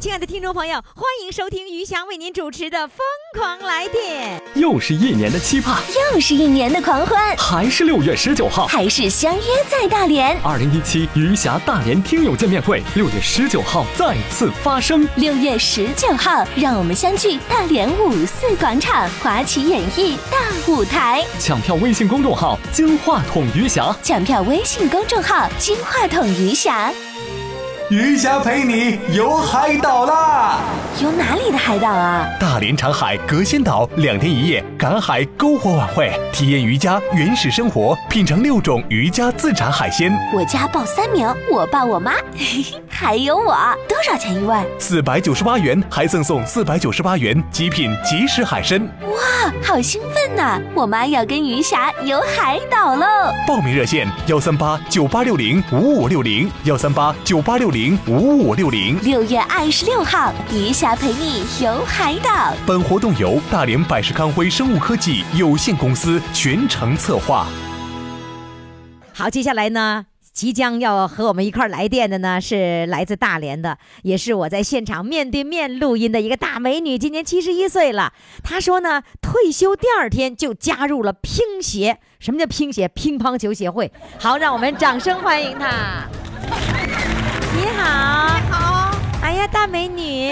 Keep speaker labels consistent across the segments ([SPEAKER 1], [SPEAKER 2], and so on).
[SPEAKER 1] 亲爱的听众朋友，欢迎收听余霞为您主持的《疯狂来电》。
[SPEAKER 2] 又是一年的期盼，
[SPEAKER 3] 又是一年的狂欢，
[SPEAKER 2] 还是六月十九号。
[SPEAKER 3] 还是相约在大连。
[SPEAKER 2] 二零一七余霞大连听友见面会，六月十九号再次发生。
[SPEAKER 3] 六月十九号，让我们相聚大连五四广场华旗演艺大舞台。
[SPEAKER 2] 抢票微信公众号“金话筒余霞
[SPEAKER 3] 抢票微信公众号“金话筒余霞
[SPEAKER 4] 余霞陪你游海岛啦！”。
[SPEAKER 3] 有哪里的海岛啊？
[SPEAKER 4] 大连长海隔仙岛两天一夜赶海篝火晚会，体验渔家原始生活，品尝六种渔家自产海鲜，
[SPEAKER 3] 我家报三名，我爸、我妈， 还有我。多少钱一位？
[SPEAKER 4] 四百九十八元还赠送四百九十八元极品即食海参。
[SPEAKER 3] 啊，好兴奋呐、我妈要跟余霞游海岛喽！
[SPEAKER 4] 报名热线：幺三八九八六零五五六零，幺三八九八六零五五六零。
[SPEAKER 3] 六月二十六号，余霞陪你游海岛。
[SPEAKER 4] 本活动由大连百世康辉生物科技有限公司全程策划。
[SPEAKER 1] 好，接下来呢，即将要和我们一块儿来电的呢，是来自大连的，也是我在现场面对面录音的一个大美女，今年七十一岁了。她说呢，退休第二天就加入了乒协。什么叫乒协？乒乓球协会。好，让我们掌声欢迎她。
[SPEAKER 5] Dạ
[SPEAKER 1] 你好，你好。哎呀，大美女，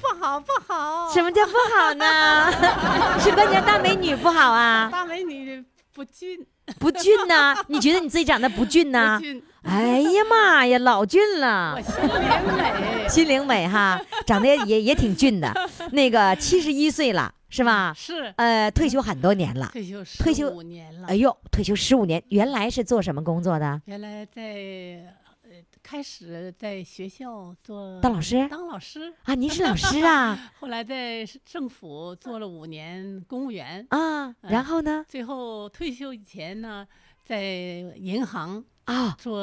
[SPEAKER 6] 不好不好，
[SPEAKER 1] 什么叫不好呢？ 是管你叫大美女不好啊？
[SPEAKER 6] 大美女不俊，
[SPEAKER 1] 不俊呐、你觉得你自己长得不俊呐、
[SPEAKER 6] 不俊，
[SPEAKER 1] 哎呀妈呀，老俊了
[SPEAKER 6] 我，心灵美
[SPEAKER 1] 心灵美哈，长得也也也挺俊的。那个七十一岁了，是吧？
[SPEAKER 6] 是
[SPEAKER 1] 呃，退休很多年了。
[SPEAKER 6] 退休
[SPEAKER 1] 退休
[SPEAKER 6] 五年了
[SPEAKER 1] 哎，呦，退休十五年，原来是做什么工作的？
[SPEAKER 6] 原来在呃开始在学校做
[SPEAKER 1] 当老师
[SPEAKER 6] 当老师，
[SPEAKER 1] 啊？您是老师啊？
[SPEAKER 6] 后来在政府做了五年公务员，嗯
[SPEAKER 1] 啊，然后呢？
[SPEAKER 6] 最后退休以前呢，在银行
[SPEAKER 1] 啊，
[SPEAKER 6] 做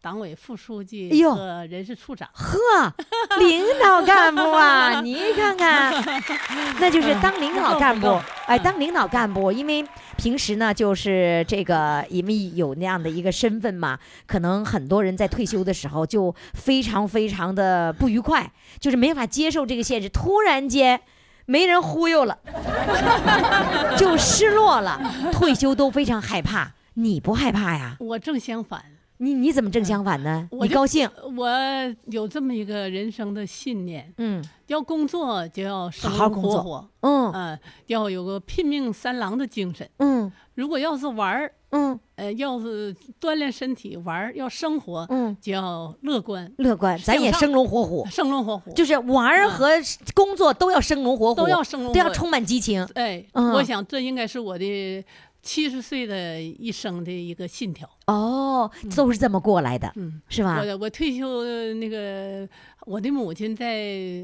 [SPEAKER 6] 党委副书记
[SPEAKER 1] 哎呦
[SPEAKER 6] 和人事处长。
[SPEAKER 1] 呵，啊领导干部 啊，你看看，那
[SPEAKER 6] 嗯
[SPEAKER 1] 就是当领导干
[SPEAKER 6] 不够
[SPEAKER 1] 部
[SPEAKER 6] 不够，
[SPEAKER 1] 哎，当领导干部，因为平时呢，就是这个因为有那样的一个身份嘛，可能很多人在退休的时候就非常非常的不愉快，就是没法接受这个现实，突然间。没人忽悠了，就失落了，退休都非常害怕。你不害怕呀？
[SPEAKER 6] 我正相反，
[SPEAKER 1] 你你怎么正相反呢？
[SPEAKER 6] 我
[SPEAKER 1] 你
[SPEAKER 6] 就
[SPEAKER 1] 高兴，
[SPEAKER 6] 我有这么一个人生的信 念，
[SPEAKER 1] 嗯
[SPEAKER 6] 要工作就要生
[SPEAKER 1] 好好
[SPEAKER 6] 龙
[SPEAKER 1] 工
[SPEAKER 6] 活
[SPEAKER 1] 作
[SPEAKER 6] 虎，
[SPEAKER 1] 嗯
[SPEAKER 6] 嗯、要有个拼命三郎的精神。
[SPEAKER 1] 嗯
[SPEAKER 6] 如果要是玩儿，
[SPEAKER 1] 嗯
[SPEAKER 6] 呃，要是锻炼身体玩儿，要生活、
[SPEAKER 1] 嗯，
[SPEAKER 6] 就要乐观，
[SPEAKER 1] 乐观，咱
[SPEAKER 6] 向
[SPEAKER 1] 也
[SPEAKER 6] 上
[SPEAKER 1] 生龙活虎，
[SPEAKER 6] 生龙活虎。
[SPEAKER 1] 就是玩儿和工作都要生龙活虎，
[SPEAKER 6] 都要生龙活
[SPEAKER 1] 都要充满激情。
[SPEAKER 6] 哎，
[SPEAKER 1] 嗯
[SPEAKER 6] 我想这应该是我的七十岁的一生的一个信条。
[SPEAKER 1] 哦，都是这么过来的，
[SPEAKER 6] 嗯，
[SPEAKER 1] 是吧？
[SPEAKER 6] 我我退休的那个，我的母亲在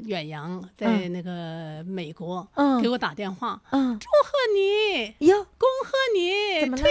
[SPEAKER 6] 远洋，在那个美国，
[SPEAKER 1] 嗯
[SPEAKER 6] 给我打电话，
[SPEAKER 1] 嗯，
[SPEAKER 6] 祝贺你，
[SPEAKER 1] 哟，
[SPEAKER 6] 恭贺你
[SPEAKER 1] 怎么了
[SPEAKER 6] 退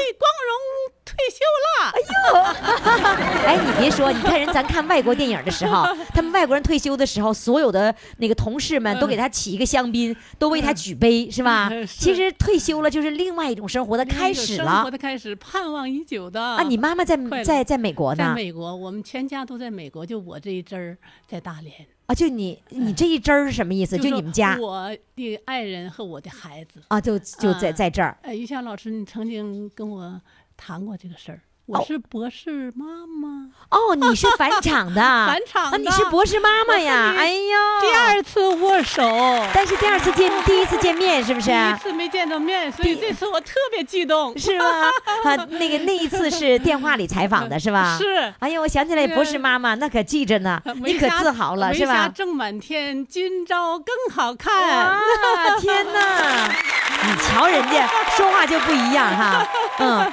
[SPEAKER 6] 光荣退 休了。
[SPEAKER 1] 哎，你别说，你看人，咱看外国电影的时 候，他们外国人退休的时候，所有的那个同事们都给他起一个香槟，都为他举杯，是吧？
[SPEAKER 6] 嗯是嗯
[SPEAKER 1] 其实退休了就是另外一种生活的开始
[SPEAKER 6] 生活
[SPEAKER 1] 了
[SPEAKER 6] 的开始，盼望已久的
[SPEAKER 1] 啊！
[SPEAKER 6] 啊
[SPEAKER 1] 你妈妈在
[SPEAKER 6] 快乐
[SPEAKER 1] 在在美国
[SPEAKER 6] 在
[SPEAKER 1] 呢，
[SPEAKER 6] 美国，我们全家都在美国，就我这一支儿在大连。
[SPEAKER 1] 啊，就你你这一支儿是什么意思？就
[SPEAKER 6] 说
[SPEAKER 1] 你们家
[SPEAKER 6] 我的爱人和我的孩子。
[SPEAKER 1] 啊，就就在
[SPEAKER 6] 嗯
[SPEAKER 1] 在这儿。
[SPEAKER 6] 哎，于霞老师，你曾经跟我谈过这个事儿。我是博士妈妈，
[SPEAKER 1] 哦，你是返场的，
[SPEAKER 6] 返场
[SPEAKER 1] 啊，
[SPEAKER 6] 的
[SPEAKER 1] 你是博士妈妈呀
[SPEAKER 6] 我？是
[SPEAKER 1] 哎呦，
[SPEAKER 6] 第，二次握手，
[SPEAKER 1] 但是第二次见，第一次见面是不是啊
[SPEAKER 6] 第？一次没见到面，所以
[SPEAKER 1] 第
[SPEAKER 6] 这次我特别激动。
[SPEAKER 1] 是吗？啊，那个那一次是电话里采访的是吧？。
[SPEAKER 6] 是，
[SPEAKER 1] 哎呀，我想起来博士妈妈，那可记着 呢，你
[SPEAKER 6] 梅
[SPEAKER 1] 可
[SPEAKER 6] 霞
[SPEAKER 1] 自豪了
[SPEAKER 6] 梅
[SPEAKER 1] 是
[SPEAKER 6] 霞
[SPEAKER 1] 吧？
[SPEAKER 6] 正满天，今朝更好看。
[SPEAKER 1] 哇，天 哪！你瞧人家说话就不一样哈， 嗯，那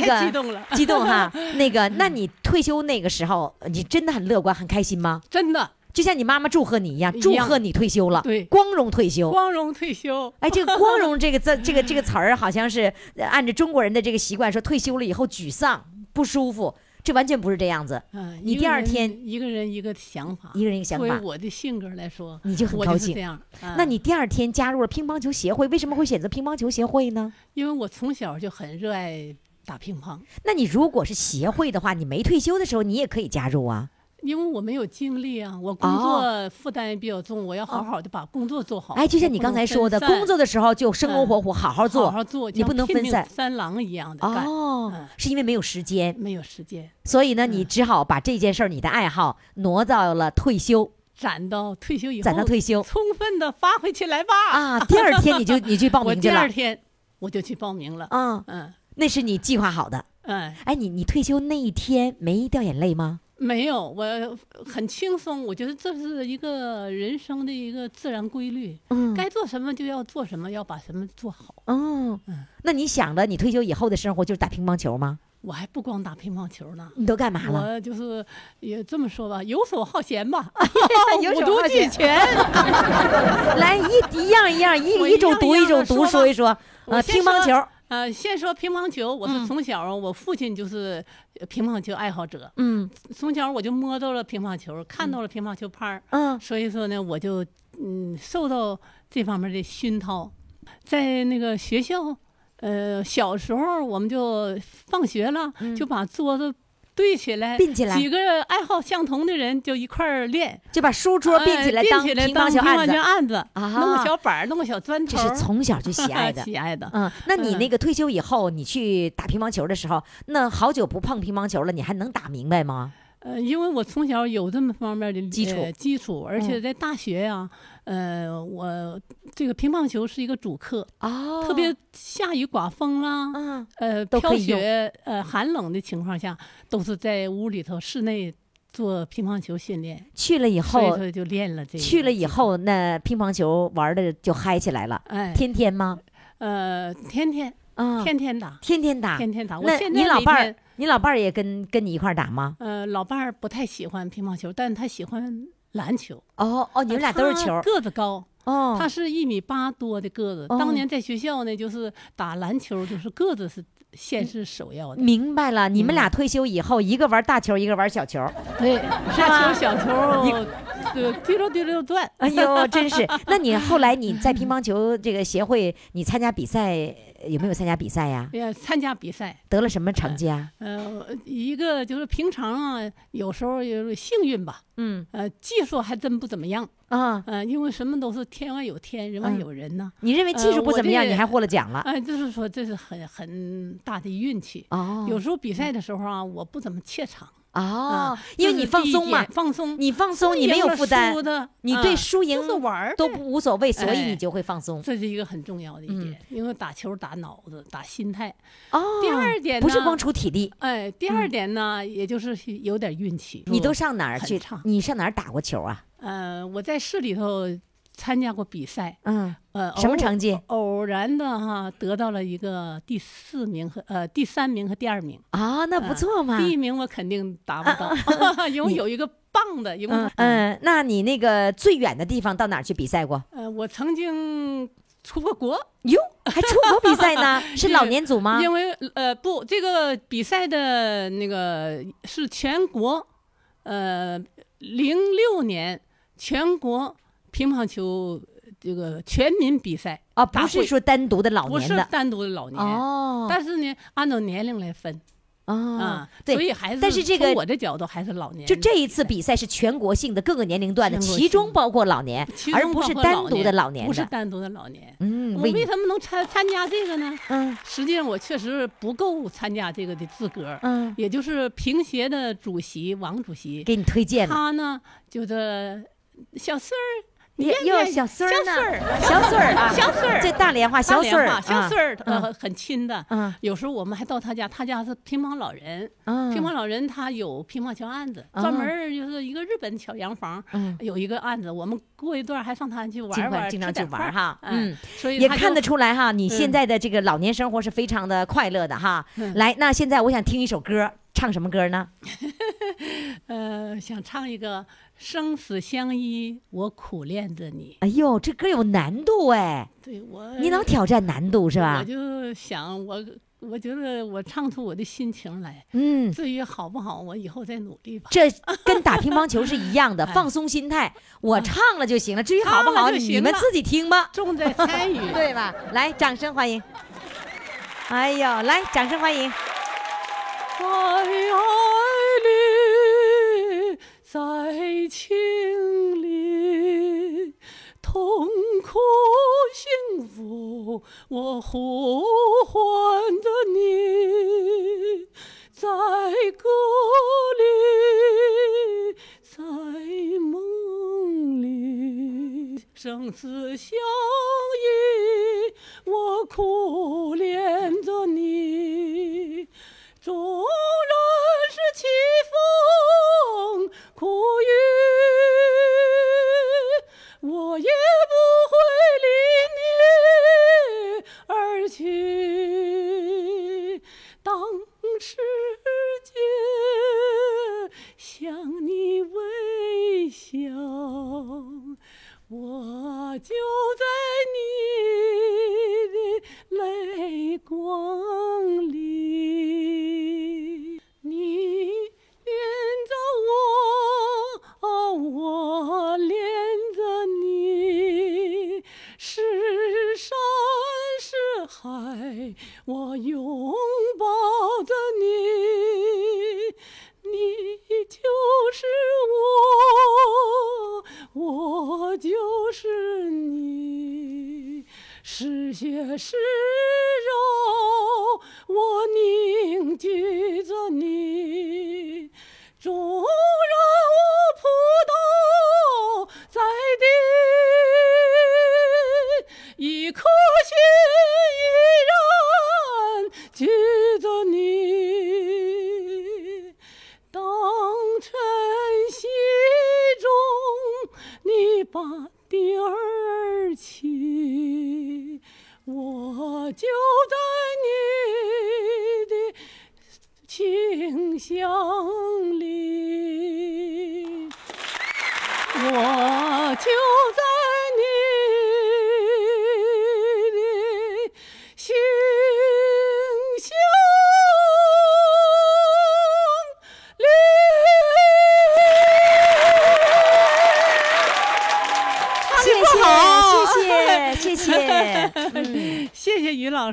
[SPEAKER 6] 太激
[SPEAKER 1] 个
[SPEAKER 6] 动了，
[SPEAKER 1] 激动 哈，那个，那你退休那个时候，你真的很乐观，很开心吗？
[SPEAKER 6] 真的
[SPEAKER 1] 就像你妈妈祝贺你一样，
[SPEAKER 6] 一
[SPEAKER 1] 祝
[SPEAKER 6] 样
[SPEAKER 1] 贺你退休了，
[SPEAKER 6] 对
[SPEAKER 1] 光荣退休，
[SPEAKER 6] 光荣退休。
[SPEAKER 1] 哎，这个“ 光荣”这个字，这个这个词儿，好像是呃按照中国人的这个习惯说，退休了以后沮丧、不舒服。这完全不是这样子。
[SPEAKER 6] 嗯，
[SPEAKER 1] 你
[SPEAKER 6] 一个
[SPEAKER 1] 第二
[SPEAKER 6] 人
[SPEAKER 1] 天
[SPEAKER 6] 一个人一个想法，
[SPEAKER 1] 一个人一个想
[SPEAKER 6] 作为
[SPEAKER 1] 法
[SPEAKER 6] 我的性格来说，
[SPEAKER 1] 你就很
[SPEAKER 6] 我
[SPEAKER 1] 高
[SPEAKER 6] 就是
[SPEAKER 1] 兴
[SPEAKER 6] 这样，嗯
[SPEAKER 1] 那你第二天加入了乒乓球协会，为什么会选择乒乓球协会呢？
[SPEAKER 6] 因为我从小就很热爱打乒乓，
[SPEAKER 1] 那你如果是协会的话，你没退休的时候你也可以加入啊。
[SPEAKER 6] 因为我没有精力啊，我工作负担也比较重，我要好好的把工作做好。
[SPEAKER 1] 哦哎，就像你
[SPEAKER 6] 哦我不
[SPEAKER 1] 刚才
[SPEAKER 6] 能
[SPEAKER 1] 说的，
[SPEAKER 6] 分散嗯
[SPEAKER 1] 工作的时候就生龙活虎，好好做，
[SPEAKER 6] 好好做，
[SPEAKER 1] 你不能分散。
[SPEAKER 6] 三郎一样的干，
[SPEAKER 1] 哦
[SPEAKER 6] 嗯，
[SPEAKER 1] 是因为没有时间，
[SPEAKER 6] 没有嗯时间，
[SPEAKER 1] 所以呢，你只好把这件事儿你的爱好挪到了退休，
[SPEAKER 6] 攒到退休以后，
[SPEAKER 1] 攒到退休
[SPEAKER 6] 充分的发挥起来吧。
[SPEAKER 1] 啊。 第二天你就你去报
[SPEAKER 6] 我
[SPEAKER 1] 名去
[SPEAKER 6] 第
[SPEAKER 1] 了
[SPEAKER 6] 二，天我就去报名了。
[SPEAKER 1] 啊，
[SPEAKER 6] 嗯
[SPEAKER 1] 那是你计划好的。
[SPEAKER 6] 嗯，
[SPEAKER 1] 哎，你你退休那一天没掉眼泪吗？
[SPEAKER 6] 没有，我很轻松，我觉得这是一个人生的一个自然规律，
[SPEAKER 1] 嗯
[SPEAKER 6] 该做什么就要做什么，要把什么做好。
[SPEAKER 1] 哦
[SPEAKER 6] 嗯，
[SPEAKER 1] 那你想着你退休以后的生活就是打乒乓球吗？
[SPEAKER 6] 我还不光打乒乓球呢。
[SPEAKER 1] 你都干嘛了？
[SPEAKER 6] 我就是也这么说吧，游手好闲吧，
[SPEAKER 1] 游手
[SPEAKER 6] 五毒
[SPEAKER 1] 好
[SPEAKER 6] 俱
[SPEAKER 1] 闲
[SPEAKER 6] 全。
[SPEAKER 1] 来一一样一样，一
[SPEAKER 6] 我
[SPEAKER 1] 一
[SPEAKER 6] 一
[SPEAKER 1] 种
[SPEAKER 6] 样
[SPEAKER 1] 读
[SPEAKER 6] 一
[SPEAKER 1] 一
[SPEAKER 6] 样
[SPEAKER 1] 种
[SPEAKER 6] 地
[SPEAKER 1] 读，
[SPEAKER 6] 说
[SPEAKER 1] 说
[SPEAKER 6] 吧
[SPEAKER 1] 一说。
[SPEAKER 6] 我
[SPEAKER 1] 啊，
[SPEAKER 6] 先
[SPEAKER 1] 乒乓
[SPEAKER 6] 说
[SPEAKER 1] 球，
[SPEAKER 6] 呃，先说乒乓球，我是从小、我父亲就是呃乒乓球爱好者，
[SPEAKER 1] 嗯
[SPEAKER 6] 从小我就摸到了乒乓球，看到了乒乓球拍儿，
[SPEAKER 1] 嗯
[SPEAKER 6] 所以说呢，我就嗯受到这方面的熏陶，在那个学校，呃，小时候我们就放学了，就把桌子。对起来，
[SPEAKER 1] 嗯并起来嗯
[SPEAKER 6] 几个爱好相同的人就一块儿练，
[SPEAKER 1] 就把书桌并
[SPEAKER 6] 哎
[SPEAKER 1] 起来
[SPEAKER 6] 并
[SPEAKER 1] 呃当
[SPEAKER 6] 起
[SPEAKER 1] 乒乓球案
[SPEAKER 6] 来
[SPEAKER 1] 子，
[SPEAKER 6] 案子，
[SPEAKER 1] 啊
[SPEAKER 6] 弄个小板儿，弄个小砖头
[SPEAKER 1] 这
[SPEAKER 6] 儿，
[SPEAKER 1] 是从小就喜爱 的。
[SPEAKER 6] 喜爱的。
[SPEAKER 1] 嗯，那你
[SPEAKER 6] 嗯
[SPEAKER 1] 那个退休以后，你去打乒乓球的时候，那好久不碰乒乓球了，你还能打明白吗？
[SPEAKER 6] 呃，因为我从小有这么方面的
[SPEAKER 1] 基础嗯
[SPEAKER 6] 呃基础，而且在大学呀、呃，我这个乒乓球是一个主课，
[SPEAKER 1] 哦
[SPEAKER 6] 特别下雨刮风啦，
[SPEAKER 1] 嗯，
[SPEAKER 6] 呃，
[SPEAKER 1] 都可
[SPEAKER 6] 飘
[SPEAKER 1] 以用
[SPEAKER 6] 雪，呃，寒冷的情况下，都是在屋里头室内做乒乓球训练，
[SPEAKER 1] 去了以
[SPEAKER 6] 所以
[SPEAKER 1] 后，
[SPEAKER 6] 说就练啊了这个。
[SPEAKER 1] 去了以后，那乒乓球玩的就嗨起来了，
[SPEAKER 6] 哎，
[SPEAKER 1] 天天吗？
[SPEAKER 6] 呃，天天
[SPEAKER 1] 啊，
[SPEAKER 6] 天天打，
[SPEAKER 1] 天天打。
[SPEAKER 6] 天天打。我
[SPEAKER 1] 那
[SPEAKER 6] 现在
[SPEAKER 1] 你老
[SPEAKER 6] 每
[SPEAKER 1] 伴
[SPEAKER 6] 天
[SPEAKER 1] 儿，你老伴儿也跟跟你一块儿打吗？
[SPEAKER 6] 呃，老伴儿不太喜欢乒乓球，但他喜欢篮球。
[SPEAKER 1] 哦哦，你们俩都是
[SPEAKER 6] 他
[SPEAKER 1] 球儿
[SPEAKER 6] 个子高。
[SPEAKER 1] 哦，
[SPEAKER 6] 他是一米八多的个子，
[SPEAKER 1] 哦
[SPEAKER 6] 当年在学校呢，就是打篮球，就是个子是先是首要的。
[SPEAKER 1] 明白了，你们
[SPEAKER 6] 嗯
[SPEAKER 1] 俩退休以后，一个玩大球，一个玩小球。
[SPEAKER 6] 对，大
[SPEAKER 1] 吧
[SPEAKER 6] 球小球，对，滴溜滴溜转。
[SPEAKER 1] 哎 呦，真是！那你后来你在乒乓球这个协会，你参加比赛呃有没有参加比赛呀？
[SPEAKER 6] 也哎参加比赛，
[SPEAKER 1] 得了什么成绩啊？
[SPEAKER 6] 呃，一个就是平常啊，有时候也是幸运吧，
[SPEAKER 1] 嗯
[SPEAKER 6] 呃，技术还真不怎么样，
[SPEAKER 1] 啊，
[SPEAKER 6] 呃，因为什么都是天外有天，人外
[SPEAKER 1] 嗯
[SPEAKER 6] 有人呐、
[SPEAKER 1] 你认为技术不怎么样，
[SPEAKER 6] 呃我这
[SPEAKER 1] 你还获了奖了？
[SPEAKER 6] 哎、就是说这是很很大的运气。
[SPEAKER 1] 哦，
[SPEAKER 6] 有时候比赛的时候啊，我不怎么怯场
[SPEAKER 1] 哦
[SPEAKER 6] 啊，，
[SPEAKER 1] 因为
[SPEAKER 6] 这
[SPEAKER 1] 你
[SPEAKER 6] 是
[SPEAKER 1] 放
[SPEAKER 6] 第一
[SPEAKER 1] 松嘛
[SPEAKER 6] 点，放松，
[SPEAKER 1] 嗯你放松，你没有负
[SPEAKER 6] 输
[SPEAKER 1] 担，
[SPEAKER 6] 的，
[SPEAKER 1] 你
[SPEAKER 6] 啊
[SPEAKER 1] 对输赢
[SPEAKER 6] 就是玩儿呗
[SPEAKER 1] 都不无所谓，所以
[SPEAKER 6] 哎
[SPEAKER 1] 你就会放松。
[SPEAKER 6] 这是一个很重要的一点，因为打球打脑子，打心态。
[SPEAKER 1] 嗯哦，
[SPEAKER 6] 第二点呢
[SPEAKER 1] 不是光出体力，嗯
[SPEAKER 6] 哎，第二点呢，也就是有点运气。
[SPEAKER 1] 你都上哪儿去
[SPEAKER 6] 很差？
[SPEAKER 1] 你上哪儿打过球啊？
[SPEAKER 6] 呃，我在市里头参加过比赛，
[SPEAKER 1] 嗯，
[SPEAKER 6] 呃，
[SPEAKER 1] 什么
[SPEAKER 6] 偶
[SPEAKER 1] 成绩？
[SPEAKER 6] 偶然的哈，得到了一个第四名和呃第三名和第二名。呃
[SPEAKER 1] 啊，那不错嘛。啊
[SPEAKER 6] 第一名我肯定达不到， 因为有一个棒的，因为
[SPEAKER 1] 嗯
[SPEAKER 6] 我
[SPEAKER 1] 嗯，那你那个最远的地方到哪儿去比赛过？
[SPEAKER 6] 呃我曾经出过国，
[SPEAKER 1] 哟，还出国比赛 呢？是老年组吗？
[SPEAKER 6] 因为呃不，这个比赛的那个是全国，呃，零六年全国乒乓球这个全民比赛
[SPEAKER 1] 啊，
[SPEAKER 6] 大
[SPEAKER 1] 不
[SPEAKER 6] 会
[SPEAKER 1] 是说单独的老
[SPEAKER 6] 不
[SPEAKER 1] 年
[SPEAKER 6] 是
[SPEAKER 1] 的
[SPEAKER 6] 单独的老年，
[SPEAKER 1] 哦
[SPEAKER 6] 但是呢，按照年龄来分
[SPEAKER 1] 哦
[SPEAKER 6] 啊，，所
[SPEAKER 1] 对。
[SPEAKER 6] 以还是
[SPEAKER 1] 但是这个
[SPEAKER 6] 从我的角度还是老年，
[SPEAKER 1] 就这一次比赛是全国性的各个年龄段的，
[SPEAKER 6] 全国
[SPEAKER 1] 其
[SPEAKER 6] 性
[SPEAKER 1] 中包括老年，
[SPEAKER 6] 其中
[SPEAKER 1] 而不是
[SPEAKER 6] 包括
[SPEAKER 1] 单独的老
[SPEAKER 6] 老
[SPEAKER 1] 年
[SPEAKER 6] 不是
[SPEAKER 1] 的。
[SPEAKER 6] 单独的老年。
[SPEAKER 1] 嗯，
[SPEAKER 6] 我
[SPEAKER 1] 为
[SPEAKER 6] 为什么能参参加这个呢？
[SPEAKER 1] 嗯
[SPEAKER 6] 实际上我确实不够参加这个的资格，
[SPEAKER 1] 嗯，
[SPEAKER 6] 也就是评协的主席王主席
[SPEAKER 1] 给你推荐了，
[SPEAKER 6] 他呢，就是小孙儿，你
[SPEAKER 1] 哟
[SPEAKER 6] 愿不
[SPEAKER 1] 哟
[SPEAKER 6] 愿意
[SPEAKER 1] 小孙儿
[SPEAKER 6] 小
[SPEAKER 1] 呢
[SPEAKER 6] 孙儿，
[SPEAKER 1] 小孙儿啊，
[SPEAKER 6] 小孙儿
[SPEAKER 1] 这大连话，小
[SPEAKER 6] 大
[SPEAKER 1] 孙
[SPEAKER 6] 连
[SPEAKER 1] 儿
[SPEAKER 6] 话
[SPEAKER 1] 啊，
[SPEAKER 6] 小孙儿，
[SPEAKER 1] 嗯
[SPEAKER 6] 呃，很亲的。
[SPEAKER 1] 嗯
[SPEAKER 6] 有时候我们还到他家，他家是乒乓老人，
[SPEAKER 1] 嗯，
[SPEAKER 6] 乒乓老人他有乒乓球案子，
[SPEAKER 1] 哦
[SPEAKER 6] 专门儿就是一个日本小洋房
[SPEAKER 1] 嗯，
[SPEAKER 6] 有一个案子，我们过一段还上他去
[SPEAKER 1] 经
[SPEAKER 6] 玩
[SPEAKER 1] 常
[SPEAKER 6] 玩，
[SPEAKER 1] 经常去
[SPEAKER 6] 吃点
[SPEAKER 1] 玩儿
[SPEAKER 6] 饭
[SPEAKER 1] 哈，
[SPEAKER 6] 嗯
[SPEAKER 1] 嗯，，
[SPEAKER 6] 所以
[SPEAKER 1] 也
[SPEAKER 6] 他
[SPEAKER 1] 看
[SPEAKER 6] 就
[SPEAKER 1] 得出来哈，你现
[SPEAKER 6] 嗯
[SPEAKER 1] 在的这个老年生活是非常的快乐的哈。来，那现在我想听一首歌，唱什么歌呢？
[SPEAKER 6] 呃，想唱一个生死相依，我苦恋着你，
[SPEAKER 1] 哎呦，这歌有难度哎，
[SPEAKER 6] 对我
[SPEAKER 1] 你老挑战难度是吧
[SPEAKER 6] 我？就想我
[SPEAKER 7] 我觉得我唱出我的心情来。
[SPEAKER 1] 嗯，
[SPEAKER 7] 至于好不好，我以后再努力吧。
[SPEAKER 1] 这跟打乒乓球是一样的，
[SPEAKER 7] 哎嗯
[SPEAKER 1] 放松心态，我唱了就行了。至于好不
[SPEAKER 7] 唱
[SPEAKER 1] 好，
[SPEAKER 7] 了就行
[SPEAKER 1] 你们
[SPEAKER 7] 了
[SPEAKER 1] 自己听吧，
[SPEAKER 7] 重在参与，
[SPEAKER 1] 对吧？来，掌声欢迎！哎呦，来，掌声欢迎！
[SPEAKER 7] 在爱里，在情里，痛苦幸福，我呼唤着你，在歌里，在梦里，生死相依，我苦恋着你。纵然是起风苦雨，我也不会离你而去。当世界向你微笑，我就在你的泪光里。你恋着我，哦我恋着你，是山是海，我拥抱着你。你就是我，我就是你，是血是肉，我凝聚着你。纵让我扑倒在地，一颗心依然记着你。当晨曦中，你拔笛而起，我就在你的清香里。我就在你的心香里。
[SPEAKER 1] 谢谢，谢谢，谢 谢。嗯
[SPEAKER 7] 谢谢于老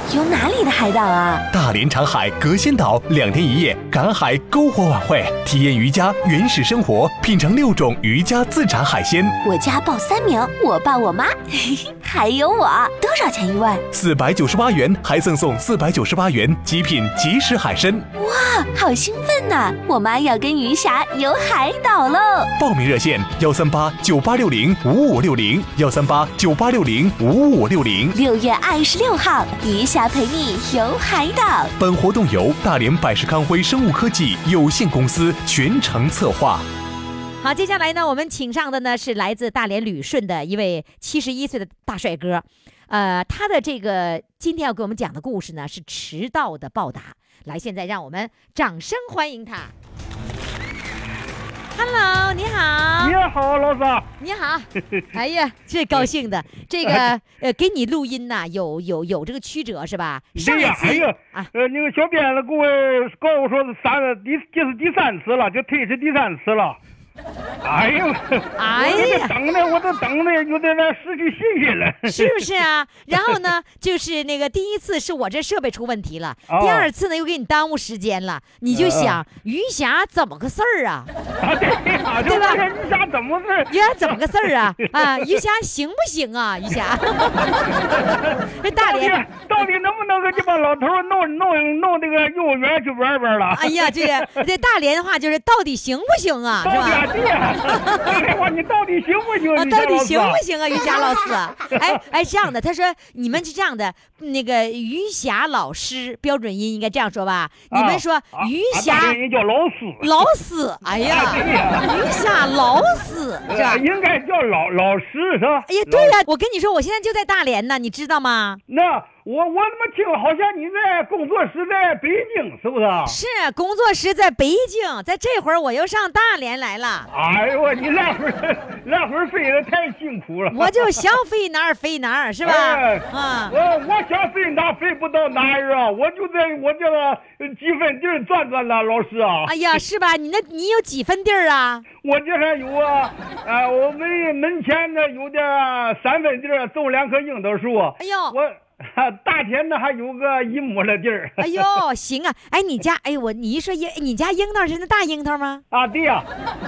[SPEAKER 3] 有哪里的海岛啊？
[SPEAKER 4] 大连长海隔仙岛两天一夜赶海篝火晚会，体验渔家原始生活，品尝六种渔家自产海鲜，
[SPEAKER 3] 我家报三名，我爸、我妈， 嘿嘿，还有我。多少钱一位？
[SPEAKER 4] 四百九十八元还赠送四百九十八元极品即食海参。
[SPEAKER 3] 啊，好兴奋呐、我妈要跟余霞游海岛喽！
[SPEAKER 4] 报名热线：幺三八九八六零五五六零，幺三八九八六零五五六零。
[SPEAKER 3] 六月二十六号，余霞陪你游海岛。
[SPEAKER 4] 本活动由大连百世康辉生物科技有限公司全程策划。
[SPEAKER 1] 好，接下来呢，我们请上的呢是来自大连旅顺的一位七十一岁的大帅哥，呃，他的这个今天要给我们讲的故事呢是迟到的报答。来，现在让我们掌声欢迎他。Hello，你好，
[SPEAKER 8] 你好，老师。
[SPEAKER 1] 你好，哎呀，这高兴的，这 个呃，给你录音呐、有有有这个曲折是吧？上
[SPEAKER 8] 对
[SPEAKER 1] 一
[SPEAKER 8] 呀，
[SPEAKER 1] 次
[SPEAKER 8] 哎呀
[SPEAKER 1] 啊，
[SPEAKER 8] 呃，那个小编了给我告我说是三第这是第三次了，就推迟第三次 了。哎呀，
[SPEAKER 1] 哎呀
[SPEAKER 8] 我这等的，我这等的有点那失去信心了。
[SPEAKER 1] 是不 是啊？然后呢，就是那个第一次是我这设备出问题了，
[SPEAKER 8] 哦嗯
[SPEAKER 1] 第二次呢又给你耽误时间了，你就想余霞怎么个事儿啊？
[SPEAKER 8] 啊，对 呀，就
[SPEAKER 1] 对吧
[SPEAKER 8] 这你想怎么
[SPEAKER 1] 余
[SPEAKER 8] 是？
[SPEAKER 1] 霞怎么个事儿啊？啊，余霞行不行啊？余 霞，这大
[SPEAKER 8] 到底
[SPEAKER 1] 连。
[SPEAKER 8] 到底能不能给这帮老头儿弄弄弄那个幼儿园去玩玩了？
[SPEAKER 1] 哎呀，这个这大连的话就是到底行不行啊？是
[SPEAKER 8] 到底
[SPEAKER 1] 吧？
[SPEAKER 8] 咋地呀？ 这个话你到底行不行？
[SPEAKER 1] 啊，
[SPEAKER 8] 你
[SPEAKER 1] 到底
[SPEAKER 8] 老师
[SPEAKER 1] 行
[SPEAKER 8] 啊
[SPEAKER 1] 不行啊，于霞老 师？哎哎，这样的，他说你们是这样的，那个于霞老师标准音应该这样说吧？你们说
[SPEAKER 8] 啊
[SPEAKER 1] 于
[SPEAKER 8] 啊
[SPEAKER 1] 霞、
[SPEAKER 8] 大连人叫老师，
[SPEAKER 1] 老死，哎呀，于霞老死是吧
[SPEAKER 8] 呃？应该叫老老师是吧？
[SPEAKER 1] 哎呀，
[SPEAKER 8] 老
[SPEAKER 1] 对呀、我跟你说，我现在就在大连呢，你知道吗？
[SPEAKER 8] 那我我怎么听好像你在工作室在北京是不是啊？
[SPEAKER 1] 是工作室在北京，在这会儿我又上大连来了，
[SPEAKER 8] 哎呦我，你那会儿那会儿飞的太辛苦了。
[SPEAKER 1] 我就想飞哪儿飞哪儿，是吧？
[SPEAKER 8] 哎
[SPEAKER 1] 啊、
[SPEAKER 8] 我我想飞哪飞不到哪儿啊！我就在我这个呃几分地儿转转呐，老师啊，
[SPEAKER 1] 哎呀，是吧？你那你有几分地儿啊？
[SPEAKER 8] 我这还有啊，啊，我们门前呢有点儿三分地儿种两棵樱桃树，
[SPEAKER 1] 哎呦
[SPEAKER 8] 我大田呢还有个一亩的地儿。
[SPEAKER 1] 哎呦，行啊！哎，你家哎我你一说樱，你家樱桃是那大樱桃吗？
[SPEAKER 8] 啊，对呀、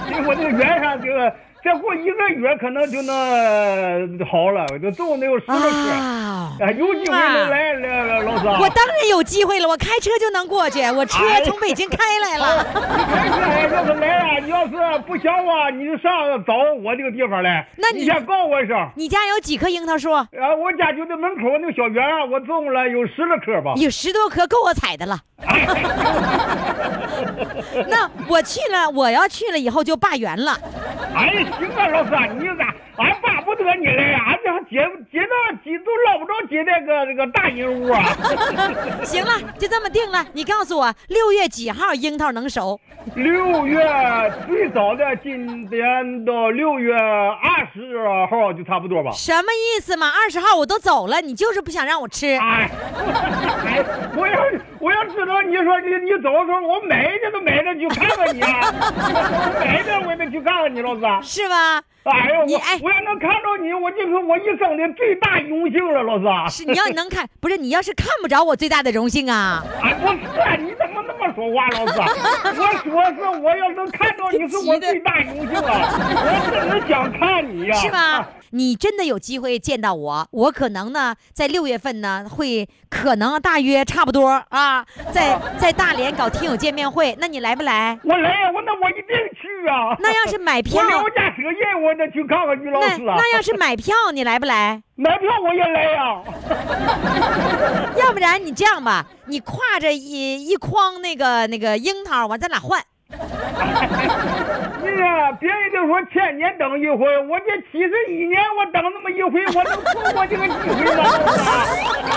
[SPEAKER 8] 所 以我这个园上这个再过一个月可能就能呃好了，我就种得有十多棵。
[SPEAKER 1] 啊，
[SPEAKER 8] 啊，有机会能来了，老师啊。
[SPEAKER 1] 我当然有机会了，我开车就能过去，我车
[SPEAKER 8] 哎
[SPEAKER 1] 从北京开来 了。
[SPEAKER 8] 开车还要是来啊，你要是不想我，你就上找我这个地方来。
[SPEAKER 1] 那你
[SPEAKER 8] 你先告我一声。
[SPEAKER 1] 你家有几棵樱桃树？
[SPEAKER 8] 啊，我家就在门口那个小园啊，我种了有十来棵吧。
[SPEAKER 1] 有十多棵够我采的了。那我去了，我要去了以后就罢园了。
[SPEAKER 8] 哎呀，行啊，老师啊，你咋俺巴不得你来呀、俺这接接到接都捞不着接那个那个大银屋啊。
[SPEAKER 1] 行了，就这么定了。你告诉我六月几号樱桃能熟？
[SPEAKER 8] 六月最早的今天到六月二十号就差不多吧。
[SPEAKER 1] 什么意思嘛？二十号我都走了，你就是不想让我吃。
[SPEAKER 8] 哎，哎，我要我要知道你说你你走的时候，我买的都买着去看看你 啊，我买的我得去看看你，老师啊。
[SPEAKER 1] 是吧？
[SPEAKER 8] 哎呦，
[SPEAKER 1] 你
[SPEAKER 8] 我
[SPEAKER 1] 哎
[SPEAKER 8] 我要能看到你，我就是我一生的最大荣幸了，老师啊。
[SPEAKER 1] 是你要能看，不是你要是看不着我最大的荣幸啊！
[SPEAKER 8] 哎，不是啊，你怎么那么说话， 老师啊？我说是我要能看到 你，是我最大荣幸啊！我真是想看你呀、
[SPEAKER 1] 是吧？你真的有机会见到我，我可能呢，在六月份呢，会可能大约差不多啊，在在大连搞听友见面会，那你来不来？
[SPEAKER 8] 我来啊呀，我那我一定去啊！
[SPEAKER 1] 那要是买票
[SPEAKER 8] 我，留下折印，我得去看看于老
[SPEAKER 1] 那
[SPEAKER 8] 师啊。
[SPEAKER 1] 那要是买票，你来不来？
[SPEAKER 8] 买票我也来呀、
[SPEAKER 1] 要不然你这样吧，你挎着一一筐那个那个樱桃，完咱俩换。
[SPEAKER 8] 是啊，别人都说千年等一回，我这七十一年我等那么一回，我能错过这个机会吗？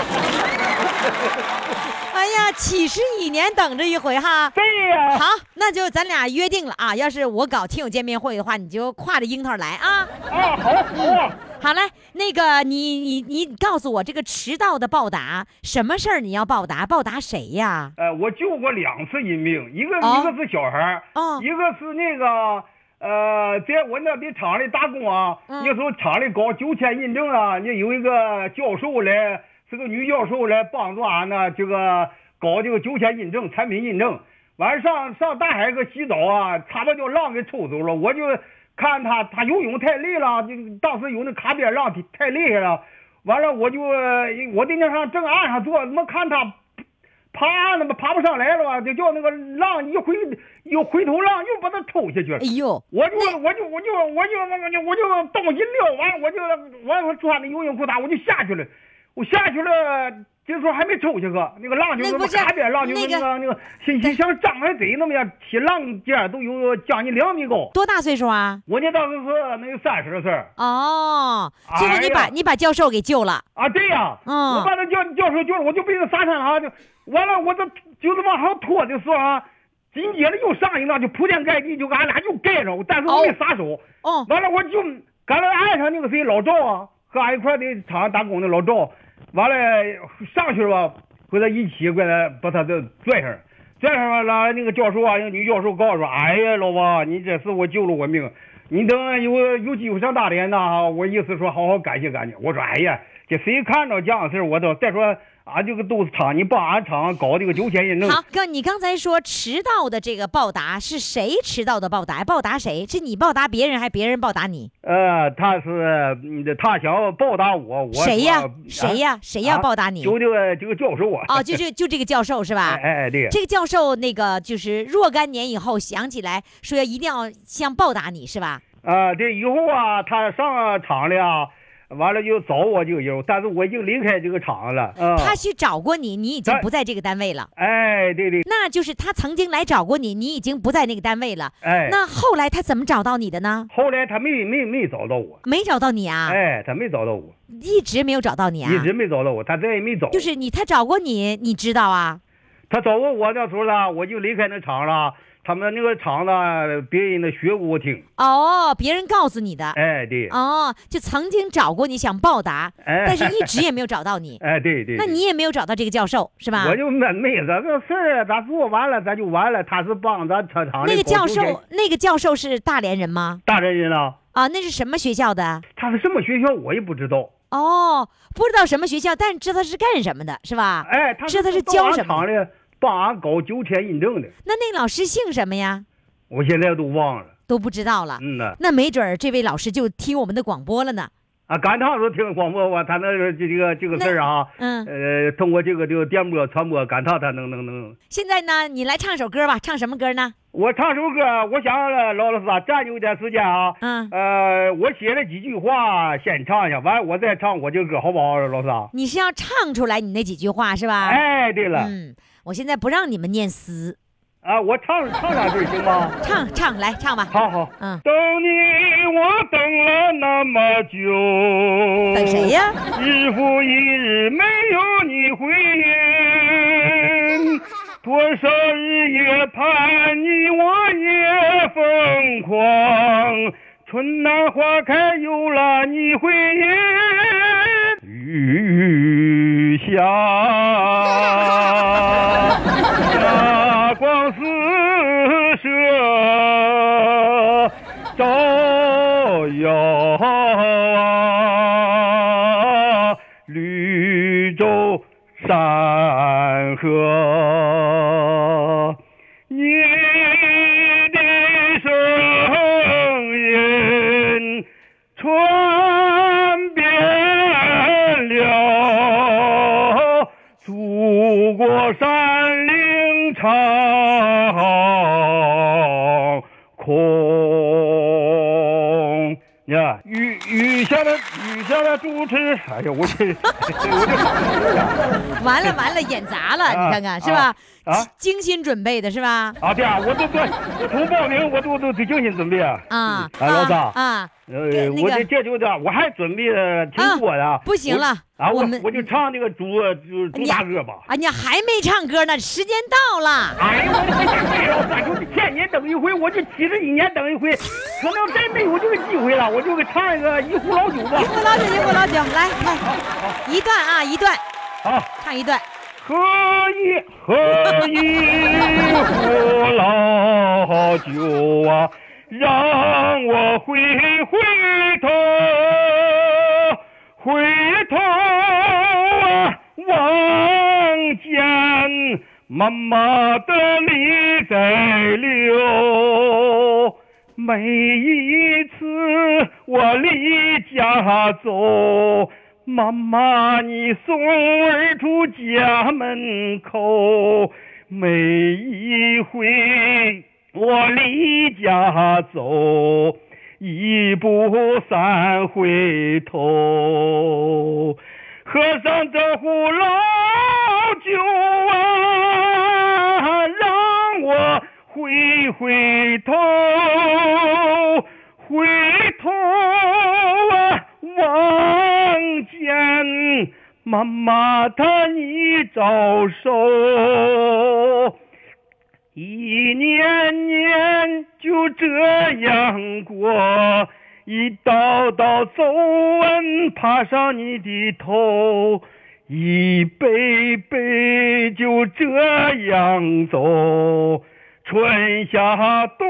[SPEAKER 1] 哎呀，几十一年等这一回哈。
[SPEAKER 8] 对呀、
[SPEAKER 1] 好，那就咱俩约定了啊！要是我搞听友见面会的话，你就挎着樱桃来啊！
[SPEAKER 8] 啊，好好啊，
[SPEAKER 1] 好嘞，那个你你你告诉我这个迟到的报答什么事儿？你要报答报答谁呀？
[SPEAKER 8] 呃，我救过两次人命，一个、
[SPEAKER 1] 啊
[SPEAKER 8] 一个是小孩儿，
[SPEAKER 1] 哦
[SPEAKER 8] 一个是那个。呃，在我那的厂里打工啊，
[SPEAKER 1] 嗯
[SPEAKER 8] 那时候厂里搞九千认证啊，那有一个教授来，是个女教授来帮助俺呢，这个搞这个九千认证、产品认证。完上上大海个洗澡啊，差点叫浪给抽走了。我就看他，他游泳太累了，就当时有那卡边浪太厉害了。完了，我就我在那上正岸上坐，他妈看他爬那么爬不上来了吧，就叫那个浪一回又回头浪又把他抽下去了
[SPEAKER 1] 哎。呦，
[SPEAKER 8] 我就我就我就我就我就我就东西撂完，我就完我穿的游泳裤衩我就下去了，我下去了，这时候还没抽下个，那个浪就
[SPEAKER 1] 那
[SPEAKER 8] 那
[SPEAKER 1] 不
[SPEAKER 8] 么
[SPEAKER 1] 是
[SPEAKER 8] 卡边浪就
[SPEAKER 1] 那
[SPEAKER 8] 是
[SPEAKER 1] 个
[SPEAKER 8] 那个那个像像张开嘴那么样，起浪尖都有将近两米高。
[SPEAKER 1] 多大岁数啊？
[SPEAKER 8] 我那当时是能有三十岁儿
[SPEAKER 1] 哦，就是你
[SPEAKER 8] 哎呀
[SPEAKER 1] 把、你把教授给救了。
[SPEAKER 8] 啊，对呀、
[SPEAKER 1] 嗯
[SPEAKER 8] 我把那教教授救了，我就被那沙滩啊，就完了，我这就是往上拖的时候啊，紧接着又上一浪，就铺天盖地就给俺俩又盖上，但是我没撒手。
[SPEAKER 1] 哦，
[SPEAKER 8] 完了，我就赶到岸上那个谁老赵啊，和俺一块儿的厂上打工的老赵，完了上去了吧，回来一起过来把他这拽上，拽上完了那个教授啊，那个女教授告诉我，哎呀老王，你这次我救了我命，你等有有机会上大连呐，我意思说好好感谢感谢。我说哎呀，这谁看着这样的事儿我都再说。
[SPEAKER 9] 俺这个都是厂，你帮俺厂搞这个九千认证。
[SPEAKER 1] 好，哥，你刚才说迟到的这个报答是谁迟到的报答？报答谁？是你报答别人，还是别人报答 你？
[SPEAKER 9] 呃，他是嗯他想报答我，我
[SPEAKER 1] 谁呀
[SPEAKER 9] 说？
[SPEAKER 1] 谁
[SPEAKER 9] 啊
[SPEAKER 1] 呀？谁要
[SPEAKER 9] 啊
[SPEAKER 1] 报答你？
[SPEAKER 9] 就这个这个教授啊。
[SPEAKER 1] 哦，就 就就这个教授是吧？
[SPEAKER 9] 哎哎，对，
[SPEAKER 1] 这个教授那个就是若干年以后想起来说要一定要想报答你是吧？
[SPEAKER 9] 啊，对，以后啊，他上厂了啊，完了就找我这个人，但是我已经离开这个厂了。啊、
[SPEAKER 1] 他去找过你，你已经
[SPEAKER 9] 哎
[SPEAKER 1] 不在这个单位了。
[SPEAKER 9] 哎，对对，
[SPEAKER 1] 那就是他曾经来找过你，你已经不在那个单位了。
[SPEAKER 9] 哎，
[SPEAKER 1] 那后来他怎么找到你的呢？
[SPEAKER 9] 后来他没没没找到我，
[SPEAKER 1] 没找到你啊，
[SPEAKER 9] 哎，他没找到我，
[SPEAKER 1] 一直没有找到你啊
[SPEAKER 9] 一。直没找到我，他再也没找。
[SPEAKER 1] 就是你，他找过你，你知道啊？
[SPEAKER 9] 他找过我那时候了，我就离开那厂了。他们那个厂子，别人的学给我听，
[SPEAKER 1] 哦，别人告诉你的。
[SPEAKER 9] 哎，对，
[SPEAKER 1] 哦，就曾经找过你想报答，
[SPEAKER 9] 哎
[SPEAKER 1] 但是一直也没有找到你。
[SPEAKER 9] 哎，对 对。
[SPEAKER 1] 那
[SPEAKER 9] 对
[SPEAKER 1] 你也没有找到这个教授是吧？
[SPEAKER 9] 我就那妹子，这事儿咱做完了，咱就完了。他是帮咱厂厂里
[SPEAKER 1] 那个
[SPEAKER 9] 搞
[SPEAKER 1] 教
[SPEAKER 9] 中间
[SPEAKER 1] 授，那个教授是大连人吗？
[SPEAKER 9] 大连人了，
[SPEAKER 1] 啊，那是什么学校的？
[SPEAKER 9] 他是什么学校我也不知道。
[SPEAKER 1] 哦，不知道什么学校，但知道是干什么的，是吧？
[SPEAKER 9] 哎，他
[SPEAKER 1] 知道是
[SPEAKER 9] 到
[SPEAKER 1] 教
[SPEAKER 9] 俺
[SPEAKER 1] 什么
[SPEAKER 9] 厂里帮俺搞九天认证的，
[SPEAKER 1] 那那个老师姓什么呀？
[SPEAKER 9] 我现在都忘了。
[SPEAKER 1] 都不知道了。
[SPEAKER 9] 嗯呐，
[SPEAKER 1] 那没准儿这位老师就听我们的广播了呢。
[SPEAKER 9] 啊，赶趟都听广播吧，他那个这个这个事儿啊，
[SPEAKER 1] 嗯，
[SPEAKER 9] 呃，通过这个这个电波传播，赶趟他能能能。
[SPEAKER 1] 现在呢，你来唱首歌吧，唱什么歌呢？
[SPEAKER 9] 我唱首歌，我想了老老师啊，占用点时间啊。
[SPEAKER 1] 嗯
[SPEAKER 9] 呃，我写了几句话，先唱一下，完我再唱我这个歌，好不好，老师啊？
[SPEAKER 1] 你是要唱出来你那几句话是吧？
[SPEAKER 9] 哎，对了，
[SPEAKER 1] 嗯，我现在不让你们念诗，
[SPEAKER 9] 啊，我唱唱两句行吗？
[SPEAKER 1] 唱唱来唱吧。
[SPEAKER 9] 好好，
[SPEAKER 1] 嗯
[SPEAKER 9] 等你我等了那么久，
[SPEAKER 1] 等谁？呀？
[SPEAKER 9] 日复一日没有你回音，多少日夜盼你，我也疯狂。春暖花开，有了你回音，雨下，霞光四射，照耀啊，绿洲山河。你的声音传遍了祖国山岭长空。你看，雨雨下的雨下的主持，哎呀，我这 我这
[SPEAKER 1] 完了完了，演砸了，
[SPEAKER 9] 啊
[SPEAKER 1] 你看看是吧？
[SPEAKER 9] 啊
[SPEAKER 1] 精心准备的是吧？
[SPEAKER 9] 啊，对啊，我都对，我从报名我都都得精心准备啊。
[SPEAKER 1] 啊
[SPEAKER 9] 嗯啊，老大
[SPEAKER 1] 啊，
[SPEAKER 9] 呃，
[SPEAKER 1] 那
[SPEAKER 9] 我
[SPEAKER 1] 个啊
[SPEAKER 9] 这这就这，我还准备了挺多的、
[SPEAKER 1] 不行
[SPEAKER 9] 我
[SPEAKER 1] 了
[SPEAKER 9] 啊，
[SPEAKER 1] 我
[SPEAKER 9] 我
[SPEAKER 1] 们
[SPEAKER 9] 我就唱这个主呃主主
[SPEAKER 1] 你
[SPEAKER 9] 打歌吧。
[SPEAKER 1] 啊，你还没唱歌呢，时间到了。
[SPEAKER 9] 哎呀，我的天呀！我就是千年等一回，我就七十一年等一回，可能真没有这个机会了，我就给唱一个一壶老酒吧
[SPEAKER 1] 一。壶老酒，一壶老酒，来来，哎一段啊，一段，
[SPEAKER 9] 啊，
[SPEAKER 1] 唱一段。
[SPEAKER 9] 喝一喝一壶老酒啊，让我回回头，回头啊，望见妈妈的泪在流。每一次我离家走，妈妈你送儿出家门口。每一回我离家走，一步三回头。喝上这壶老酒啊，让我回回头，啊回头啊，望见妈妈她你招手。一年年就这样过，一道道皱纹爬上你的头，一杯杯就这样走，春夏冬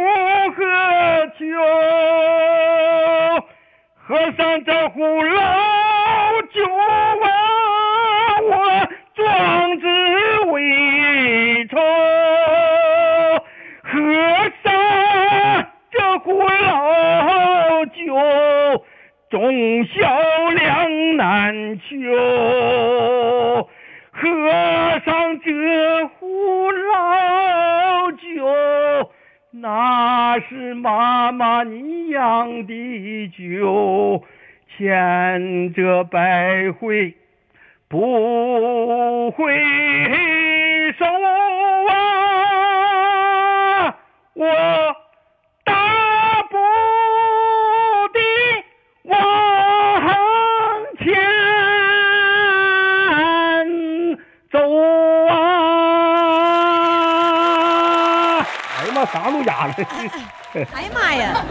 [SPEAKER 9] 和秋，喝上这壶老酒啊，我壮志未酬，喝下这壶老酒，忠孝两难求。喝上这壶老酒，那是妈妈你酿的酒，千折百回不回首啊！我大步地往前走啊！哎呀妈，啥路哑了？
[SPEAKER 1] 哎呀妈呀！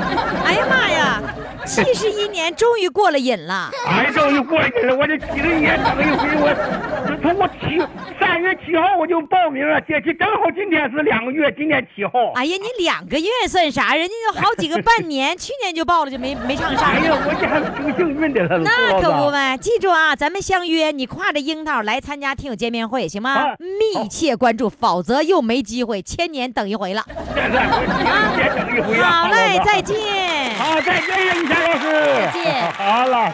[SPEAKER 1] 哎呀妈呀！七十一年终于过了瘾了。
[SPEAKER 9] 哎，终于过去了，我这几十年等一回，我这从我七三月七号我就报名了，姐姐正好今天是两个月，今天七号。
[SPEAKER 1] 哎呀，你两个月算啥？人家就好几个半年，去年就报了就没没上
[SPEAKER 9] 哎
[SPEAKER 1] 上。
[SPEAKER 9] 呀，我这还挺幸运的了，
[SPEAKER 1] 那可不
[SPEAKER 9] 呗。
[SPEAKER 1] 呗，记住啊，咱们相约，你挎着樱桃来参加听友见面会，行吗
[SPEAKER 9] 啊？
[SPEAKER 1] 密切关注，否则又没机会，千年等一回了。
[SPEAKER 5] Dạ,
[SPEAKER 9] 现在我七十年等一回啊。
[SPEAKER 1] 好嘞
[SPEAKER 9] 老，子
[SPEAKER 1] 再见。
[SPEAKER 9] 好，再见呀，于霞老师。再
[SPEAKER 3] 见
[SPEAKER 9] 好了。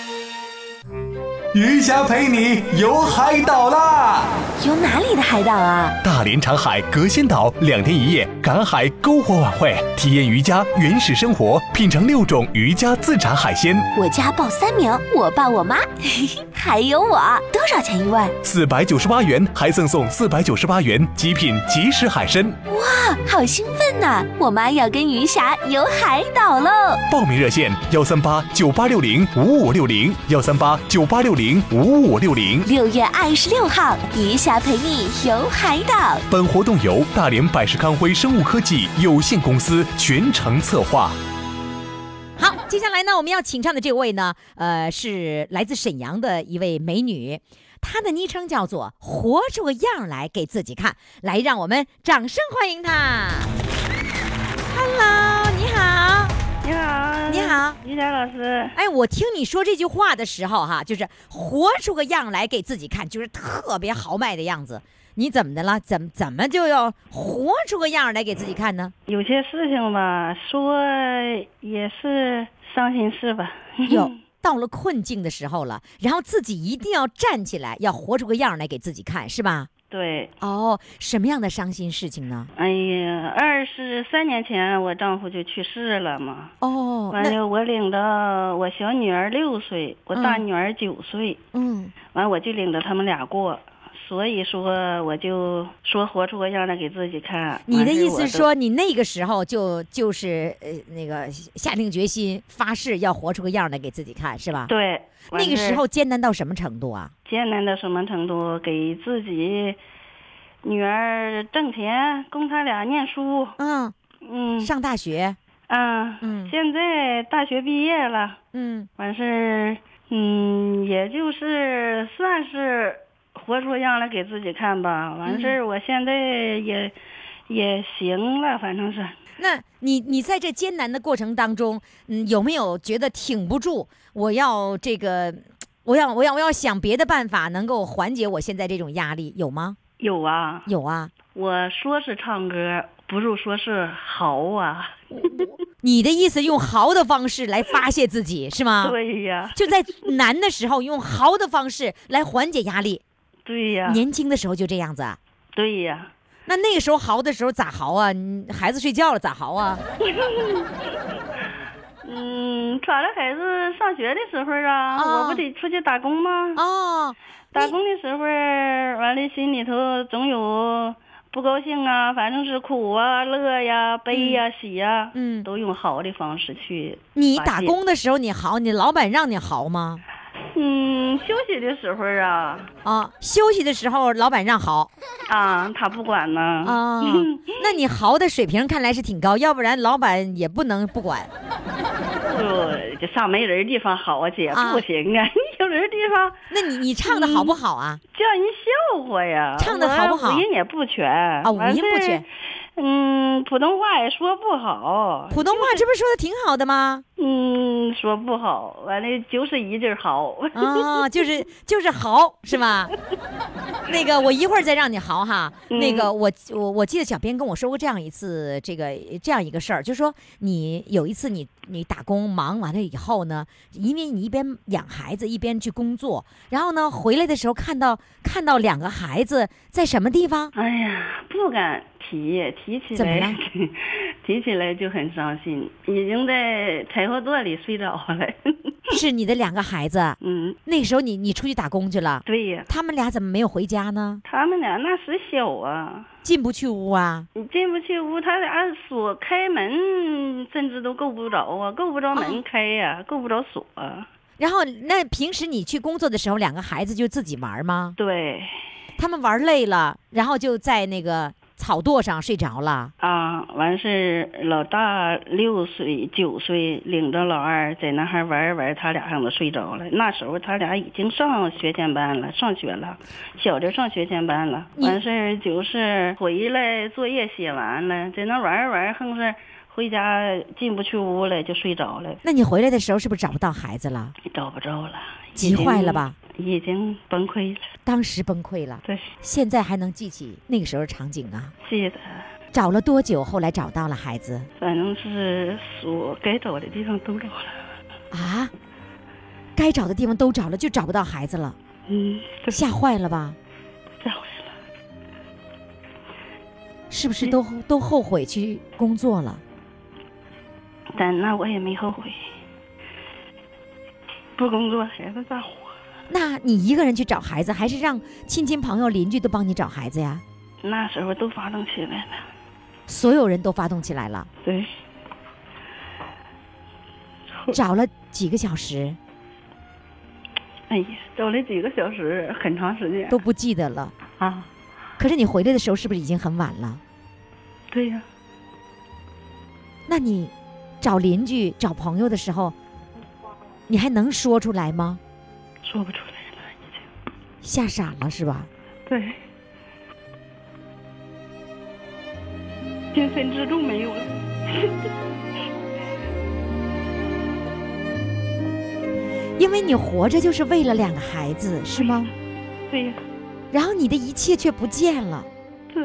[SPEAKER 4] 余霞陪你游海岛啦！”。
[SPEAKER 3] 有哪里的海岛啊？
[SPEAKER 4] 大连长海隔仙岛两天一夜赶海篝火晚会，体验渔家原始生活，品尝六种渔家自产海鲜，
[SPEAKER 3] 我家报三名，我爸、我妈， 嘿嘿，还有我。多少钱一位？
[SPEAKER 4] 四百九十八元还赠送四百九十八元极品即食海参。
[SPEAKER 3] 啊，好兴奋呐、我妈要跟余霞游海岛喽！
[SPEAKER 4] 报名热线：幺三八九八六零五五六零，幺三八九八六零五五六零。
[SPEAKER 3] 六月二十六号，余霞陪你游海岛。
[SPEAKER 4] 本活动由大连百世康辉生物科技有限公司全程策划。
[SPEAKER 1] 好，接下来呢，我们要请上的这位呢，呃，是来自沈阳的一位美女，她的昵称叫做“活出个样儿来给自己看”，来，让我们掌声欢迎她。Hello，你好，
[SPEAKER 10] 你好，
[SPEAKER 1] 你，好。
[SPEAKER 10] 于霞老师，
[SPEAKER 1] 哎，我听你说这句话的时候哈，就是活出个样儿来给自己看，就是特别豪迈的样子。你怎么的了？怎么怎么就要活出个样儿来给自己看呢？
[SPEAKER 10] 有些事情吧，说也是伤心事吧。
[SPEAKER 1] 有到了困境的时候了，然后自己一定要站起来，要活出个样儿来给自己看，是吧？
[SPEAKER 10] 对，
[SPEAKER 1] 哦，什么样的伤心事情呢？
[SPEAKER 10] 哎呀，二十三年前我丈夫就去世了嘛，
[SPEAKER 1] 哦，
[SPEAKER 10] 完
[SPEAKER 1] 那
[SPEAKER 10] 了我领着我小女儿六岁，我大
[SPEAKER 1] 嗯
[SPEAKER 10] 女儿九岁，
[SPEAKER 1] 嗯，
[SPEAKER 10] 完我就领着他们俩过。所以说，我就说活出个样来给自己看。
[SPEAKER 1] 你的
[SPEAKER 10] 完事我
[SPEAKER 1] 意思是
[SPEAKER 10] 都
[SPEAKER 1] 说，你那个时候就就是呃那个下定决心发誓要活出个样儿来给自己看，是吧？
[SPEAKER 10] 对？完
[SPEAKER 1] 那个
[SPEAKER 10] 事
[SPEAKER 1] 时候艰难到什么程度啊？
[SPEAKER 10] 艰难到什么程度？给自己女儿挣钱，供她俩念书。
[SPEAKER 1] 嗯，
[SPEAKER 10] 嗯
[SPEAKER 1] 上大学，
[SPEAKER 10] 啊，
[SPEAKER 1] 嗯
[SPEAKER 10] 现在大学毕业了，
[SPEAKER 1] 嗯，
[SPEAKER 10] 完事儿，嗯，也就是算是活出样来给自己看吧。完事
[SPEAKER 1] 嗯
[SPEAKER 10] 儿，我现在也、也行了，反正是。
[SPEAKER 1] 那你你在这艰难的过程当中，嗯，有没有觉得挺不住？我要这个，我要我要我要想别的办法能够缓解我现在这种压力，有吗？
[SPEAKER 10] 有啊，
[SPEAKER 1] 有啊，
[SPEAKER 10] 我说是唱歌，不是说是嚎啊。
[SPEAKER 1] 你的意思用嚎的方式来发泄自己是吗？
[SPEAKER 10] 对呀，
[SPEAKER 1] 就在难的时候用嚎的方式来缓解压力。
[SPEAKER 10] 对呀，
[SPEAKER 1] 年轻的时候就这样子啊？
[SPEAKER 10] 对呀。
[SPEAKER 1] 那那个时候嚎的时候咋嚎啊？你孩子睡觉了咋嚎啊？
[SPEAKER 10] 嗯，抓着孩子上学的时候啊，
[SPEAKER 1] 啊
[SPEAKER 10] 我不得出去打工吗？
[SPEAKER 1] 哦，
[SPEAKER 10] 打工的时候，完了心里头总有不高兴啊，反正是苦啊、乐呀、悲呀、喜呀，
[SPEAKER 1] 嗯
[SPEAKER 10] 都用好的方式去。
[SPEAKER 1] 你
[SPEAKER 10] 发
[SPEAKER 1] 打
[SPEAKER 10] 泄
[SPEAKER 1] 工的时候你嚎，你老板让你嚎吗？
[SPEAKER 10] 嗯，休息的时候啊，
[SPEAKER 1] 啊，休息的时候老板让嚎
[SPEAKER 10] 啊，他不管呢。
[SPEAKER 1] 啊，那你嚎的水平看来是挺高，要不然老板也不能不管。
[SPEAKER 10] 啊就就哎上没人地方好啊，姐
[SPEAKER 1] 啊
[SPEAKER 10] 不行啊， 有人地方
[SPEAKER 1] 那你你唱的好不好啊？
[SPEAKER 10] 嗯叫人笑话呀。
[SPEAKER 1] 唱得好不好
[SPEAKER 10] 我五音也不全啊
[SPEAKER 1] 五音不全。
[SPEAKER 10] 嗯，普通话也说不好，
[SPEAKER 1] 普通话这不是说的挺好的吗？
[SPEAKER 10] 嗯，说不好，完了就是一句好。
[SPEAKER 1] 啊，就是就是嚎 是吧？那个我一会儿再让你嚎哈。
[SPEAKER 10] 嗯
[SPEAKER 1] 那个我我我记得小编跟我说过这样一次这个这样一个事儿，就说你有一次你你打工忙完了以后呢，因为你一边养孩子一边去工作，然后呢回来的时候看到看到两个孩子在什么地方？
[SPEAKER 10] 哎呀， 不敢提，提起
[SPEAKER 1] 怎么了
[SPEAKER 10] 来， 提起来就很伤心，已经在柴火垛里睡着了。
[SPEAKER 1] 是你的两个孩子。
[SPEAKER 10] 嗯，
[SPEAKER 1] 那时候你你出去打工去了，
[SPEAKER 10] 对呀，
[SPEAKER 1] 他们俩怎么没有回家呢？
[SPEAKER 10] 他们俩那时小啊，
[SPEAKER 1] 进不去屋啊？
[SPEAKER 10] 你进不去屋，他俩锁开门，甚至都够不着啊，够不着门开呀、够不着锁、啊。
[SPEAKER 1] 然后，那平时你去工作的时候，两个孩子就自己玩吗？
[SPEAKER 10] 对
[SPEAKER 1] 他们玩累了，然后就在那个草垛上睡着了。
[SPEAKER 10] 啊，完事儿老大六岁九岁，领着老二在那还玩一玩，他俩还没睡着了。那时候他俩已经上学前班了，上学了，小的上学前班了。
[SPEAKER 1] 你
[SPEAKER 10] 完事儿就是回来作业写完了，在那玩一玩，横是回家进不去屋了，就睡着了，
[SPEAKER 1] 那你回来的时候是不是找不到孩子了？
[SPEAKER 10] 找不着了，
[SPEAKER 1] 急坏了吧？
[SPEAKER 10] 已经崩溃了。
[SPEAKER 1] 当时崩溃了，
[SPEAKER 10] 对，
[SPEAKER 1] 现在还能记起那个时候场景啊？
[SPEAKER 10] 记得，
[SPEAKER 1] 找了多久？后来找到了孩子
[SPEAKER 10] 反正是所该找的地方都找了。
[SPEAKER 1] 啊？该找的地方都找了，就找不到孩子了，
[SPEAKER 10] 嗯，对
[SPEAKER 1] 吓坏了吧？
[SPEAKER 10] 吓坏了。
[SPEAKER 1] 是不是
[SPEAKER 10] 嗯
[SPEAKER 1] 都都后悔去工作了？
[SPEAKER 10] 但那我也没后悔，不工作孩子咋活？
[SPEAKER 1] 那你一个人去找孩子，还是让亲戚朋友、邻居都帮你找孩子呀？
[SPEAKER 10] 那时候都发动起来了，
[SPEAKER 1] 所有人都发动起来了，
[SPEAKER 10] 对，
[SPEAKER 1] 找了几个小时
[SPEAKER 10] 哎呀，找了几个小时，很长时间
[SPEAKER 1] 都不记得了。
[SPEAKER 10] 啊。
[SPEAKER 1] 可是你回来的时候是不是已经很晚了？
[SPEAKER 10] 对呀、
[SPEAKER 1] 那你找邻居、找朋友的时候，你还能说出来吗？
[SPEAKER 10] 说不出来了，已经。
[SPEAKER 1] 吓傻了是吧？
[SPEAKER 10] 对，精神支柱没有了。
[SPEAKER 1] 因为你活着就是为了两个孩子，是吗？
[SPEAKER 10] 对呀、嗯
[SPEAKER 1] 然后你的一切却不见了。
[SPEAKER 10] 对。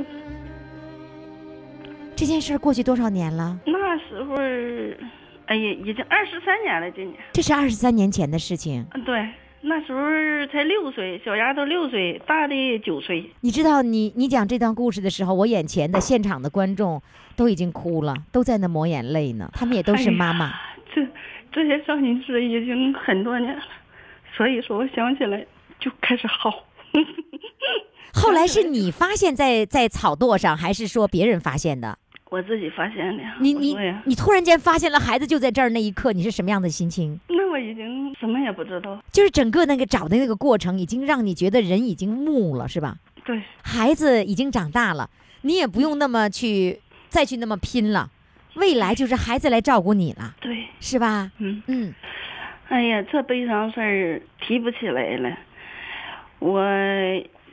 [SPEAKER 1] 这件事儿过去多少年了？
[SPEAKER 10] 那时候儿，哎呀，已经二十三年了，今年。
[SPEAKER 1] 这是二十三年前的事情。
[SPEAKER 10] 嗯，对，那时候儿才六岁，小丫头六岁，大的九岁。
[SPEAKER 1] 你知道你，你讲这段故事的时候，我眼前的现场的观众都已经哭了，都在那抹眼泪呢。他们也都是妈
[SPEAKER 10] 哎
[SPEAKER 1] 妈，
[SPEAKER 10] 这这些伤心事已经很多年了，所以说我想起来就开始 嚎。
[SPEAKER 1] 后来是你发现在，在草垛上，还是说别人发现的？
[SPEAKER 10] 我自己发现的。
[SPEAKER 1] 你
[SPEAKER 10] 我
[SPEAKER 1] 你
[SPEAKER 10] 说呀，
[SPEAKER 1] 你突然间发现了孩子就在这儿那一刻，你是什么样的心情？
[SPEAKER 10] 那我已经什么也不知道。
[SPEAKER 1] 就是整个那个找的那个过程，已经让你觉得人已经木了，是吧？
[SPEAKER 10] 对，
[SPEAKER 1] 孩子已经长大了，你也不用那么去再去那么拼了，未来就是孩子来照顾你了，
[SPEAKER 10] 对，
[SPEAKER 1] 是吧？
[SPEAKER 10] 嗯，
[SPEAKER 1] 嗯，
[SPEAKER 10] 哎呀，这悲伤事儿提不起来了。我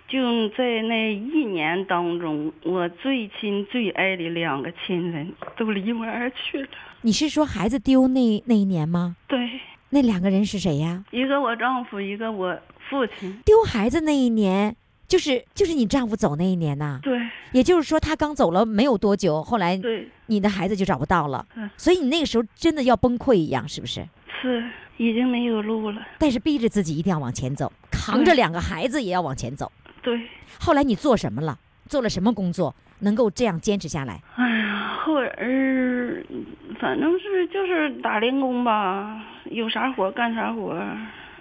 [SPEAKER 10] 就在那一年当中，我最亲最爱的两个亲人都离我而去了。
[SPEAKER 1] 你是说孩子丢那那一年吗？
[SPEAKER 10] 对，
[SPEAKER 1] 那两个人是谁呀？
[SPEAKER 10] 一个我丈夫，一个我父亲。
[SPEAKER 1] 丢孩子那一年，就是就是你丈夫走那一年呐、
[SPEAKER 10] 对
[SPEAKER 1] 也就是说他刚走了没有多久，后来
[SPEAKER 10] 对，
[SPEAKER 1] 你的孩子就找不到了
[SPEAKER 10] 嗯，
[SPEAKER 1] 所以你那个时候真的要崩溃一样，是不是？
[SPEAKER 10] 是已经没有路了。
[SPEAKER 1] 但是逼着自己一定要往前走，扛着两个孩子也要往前走。
[SPEAKER 10] 对，
[SPEAKER 1] 后来你做什么了？做了什么工作能够这样坚持下来？
[SPEAKER 10] 哎呀，后来儿反正是就是打零工吧，有啥活干啥活。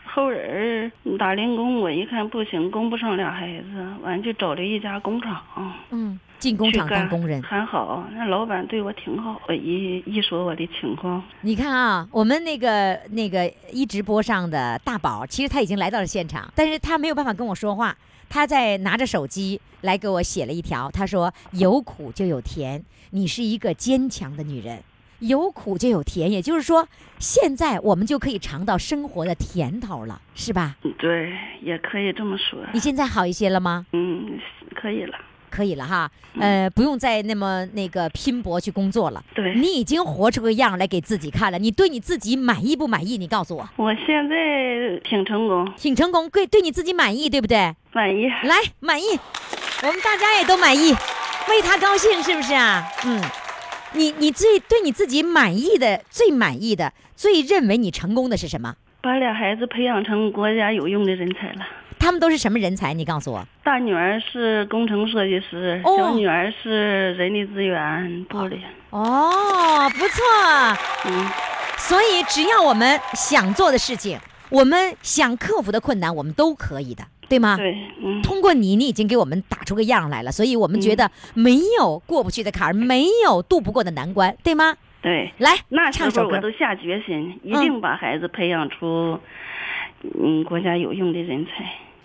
[SPEAKER 10] 后人
[SPEAKER 11] 嗯
[SPEAKER 10] 儿打零工，我一看不行，供不上俩孩子，完就找了一家工厂。
[SPEAKER 1] 嗯，进工
[SPEAKER 11] 去
[SPEAKER 1] 厂当
[SPEAKER 11] 干
[SPEAKER 1] 工人。
[SPEAKER 11] 还好，那老板对我挺好，呃一一说我的情况，
[SPEAKER 1] 你看啊，我们那个那个一直播上的大宝，其实他已经来到了现场，但是他没有办法跟我说话，他在拿着手机来给我写了一条，他说：“有苦就有甜，你是一个坚强的女人。”有苦就有甜，也就是说，现在我们就可以尝到生活的甜头了，是吧？
[SPEAKER 11] 对，也可以这么说，
[SPEAKER 1] 你现在好一些了吗？
[SPEAKER 11] 嗯，可以了，嗯
[SPEAKER 1] 可以了哈，呃，不用再那么那个拼搏去工作了。
[SPEAKER 11] 对。
[SPEAKER 1] 你已经活出个样儿来给自己看了，你对你自己满意不满意？你告诉我。
[SPEAKER 11] 我现在挺成功，
[SPEAKER 1] 挺成功，对对你自己满意，对不对？
[SPEAKER 11] 满意。
[SPEAKER 1] 来，满意，我们大家也都满意，为他高兴，是不是啊？嗯，你你最对你自己满意的、最满意的、最认为你成功的是什么？
[SPEAKER 11] 把俩孩子培养成国家有用的人才了。
[SPEAKER 1] 他们都是什么人才？你告诉我。
[SPEAKER 11] 大女儿是工程设计师，
[SPEAKER 1] 哦
[SPEAKER 11] 小女儿是人力资源部的。
[SPEAKER 1] 哦，不错。
[SPEAKER 11] 嗯，
[SPEAKER 1] 所以只要我们想做的事情，我们想克服的困难，我们都可以的，对吗？
[SPEAKER 11] 对，嗯，
[SPEAKER 1] 通过你，你已经给我们打出个样来了，所以我们觉得没有过不去的坎儿，没有渡不过的难关，对吗？
[SPEAKER 11] 对。
[SPEAKER 1] 来，
[SPEAKER 11] 那时
[SPEAKER 1] 唱
[SPEAKER 11] 候
[SPEAKER 1] 首
[SPEAKER 11] 我都
[SPEAKER 1] 歌。嗯
[SPEAKER 11] 下决心，一定把孩子培养出，嗯，国家有用的人才。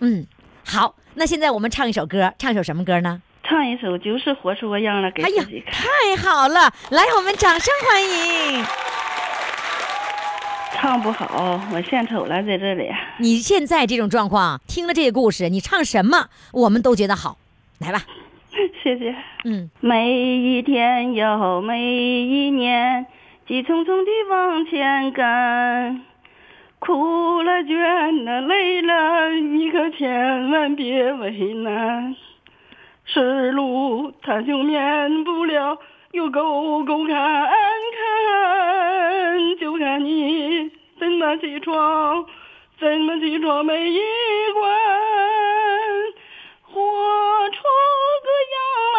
[SPEAKER 1] 嗯，好，那现在我们唱一首歌，唱一首什么歌呢？
[SPEAKER 11] 唱一首就是活出个样来给
[SPEAKER 1] 哎呀
[SPEAKER 11] 自己，看。
[SPEAKER 1] 太好了！来，我们掌声欢迎。
[SPEAKER 11] 唱不好，我献丑了在这里。啊
[SPEAKER 1] 你现在这种状况，听了这个故事，你唱什么我们都觉得好。来吧，
[SPEAKER 11] 谢谢。
[SPEAKER 1] 嗯，
[SPEAKER 11] 每一天又每一年，急匆匆地往前赶，苦了倦了累了，你可千万别为难。是路它就免不了又沟沟坎坎，就看你怎么起床，怎么起床没一关。活出个样来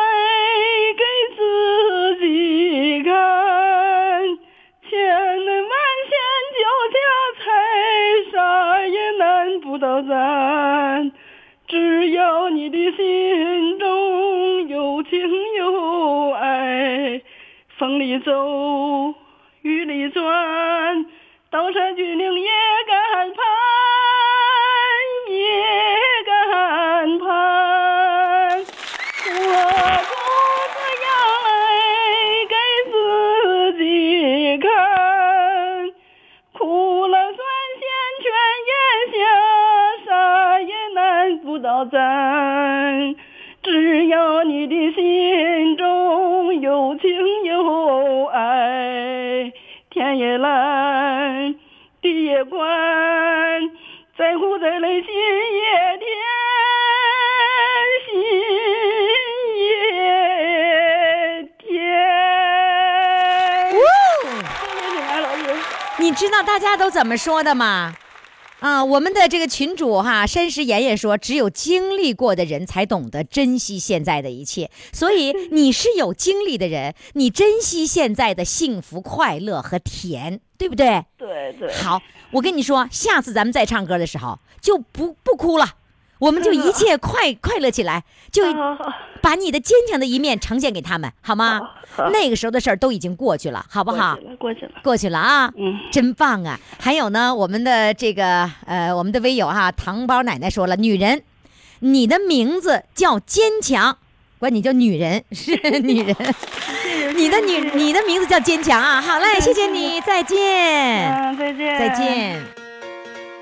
[SPEAKER 11] 给自己看，千难万险脚下踩，啥也难不倒咱。只要你的心中有情有爱，风里走，雨里转，刀山峻岭也敢攀，也敢攀。我不这样来给自己看，苦了酸咸全咽下，啥也难不倒咱。只要你的心中有情有爱，天也蓝，地也宽，再苦再累心也甜，心也甜。谢谢你啊，老师。
[SPEAKER 1] 你知道大家都怎么说的吗？啊，我们的这个群主哈，申时妍也说，只有经历过的人才懂得珍惜现在的一切。所以你是有经历的人，你珍惜现在的幸福、快乐和甜，对不对？
[SPEAKER 11] 对对，
[SPEAKER 1] 好，我跟你说，下次咱们再唱歌的时候就不不哭了，我们就一切快 快乐起来，就
[SPEAKER 11] 好好
[SPEAKER 1] 把你的坚强的一面呈现给他们，好吗？
[SPEAKER 11] 哦好
[SPEAKER 1] 那个时候的事儿都已经过去了，好不
[SPEAKER 11] 过
[SPEAKER 1] 好？
[SPEAKER 11] 去了，过去了。
[SPEAKER 1] 过去了啊，
[SPEAKER 11] 嗯
[SPEAKER 1] 真棒啊！还有呢，我们的这个呃，我们的微友哈、糖包奶奶说了，女人，你的名字叫坚强，管你叫女人是女 人，你的女你的名字叫坚强啊！好嘞，谢 谢你，再见，
[SPEAKER 11] 嗯，再见，
[SPEAKER 1] 再。见。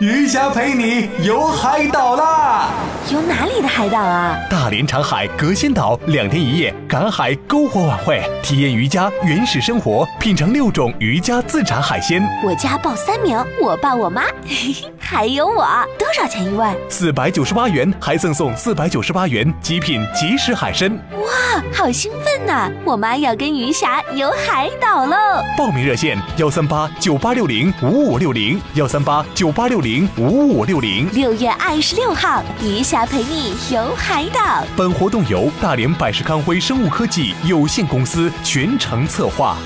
[SPEAKER 4] 余霞陪你游海岛啦！”。
[SPEAKER 3] 有哪里的海岛啊？
[SPEAKER 4] 大连长海隔仙岛两天一夜赶海篝火晚会，体验渔家原始生活，品尝六种渔家自产海鲜。
[SPEAKER 3] 我家报三名，我爸我妈， 还有我，多少钱一位？
[SPEAKER 4] 四百九十八元还赠送四百九十八元极品即食海参。
[SPEAKER 3] 啊，好兴奋呐、我妈要跟鱼霞游海岛喽！
[SPEAKER 4] 报名热线：幺三八九八六零五五六零，幺三八九八六零五五六零。
[SPEAKER 3] 六月二十六号，鱼霞陪你游海岛。
[SPEAKER 4] 本活动由大连百世康辉生物科技有限公司全程策划。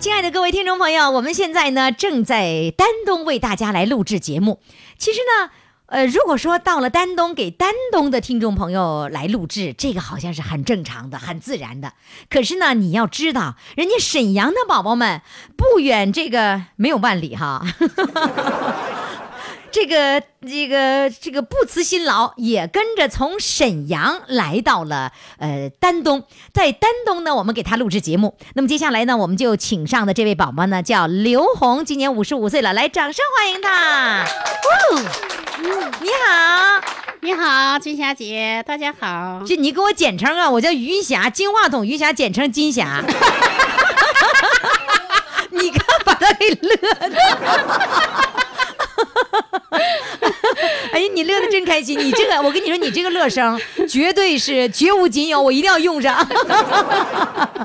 [SPEAKER 1] 亲爱的各位听众朋友，我们现在呢正在丹东为大家来录制节目。其实呢，呃，如果说到了丹东给丹东的听众朋友来录制，这个好像是很正常的、很自然的。可是呢，你要知道，人家沈阳的宝宝们不远这个没有万里哈。这个这个这个不辞辛劳，也跟着从沈阳来到了呃丹东，在丹东呢，我们给他录制节目。那么接下来呢，我们就请上的这位宝宝呢叫刘红，今年五十五岁了，来，掌声欢迎他。哦，你好，
[SPEAKER 12] 嗯你好，金霞姐，大家好。
[SPEAKER 1] 这你给我简称啊，我叫于霞，金话筒于霞，简称金霞。你看把他给乐的， 哎呀，你乐得真开心！你这个，我跟你说，你这个乐声绝对是绝无仅有，我一定要用上。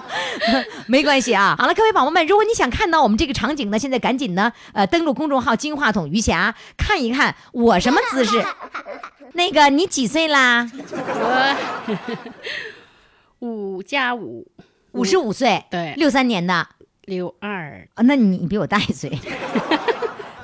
[SPEAKER 1] 没关系啊，好了，各位宝宝们，如果你想看到我们这个场景呢，现在赶紧呢，呃，登录公众号“金话筒余霞”，看一看我什么姿势。那个，你几岁啦？
[SPEAKER 12] 我五加五
[SPEAKER 1] 五十五岁，
[SPEAKER 12] 对
[SPEAKER 1] 六三年的啊，
[SPEAKER 12] 六二，
[SPEAKER 1] 那你你比我大一 岁，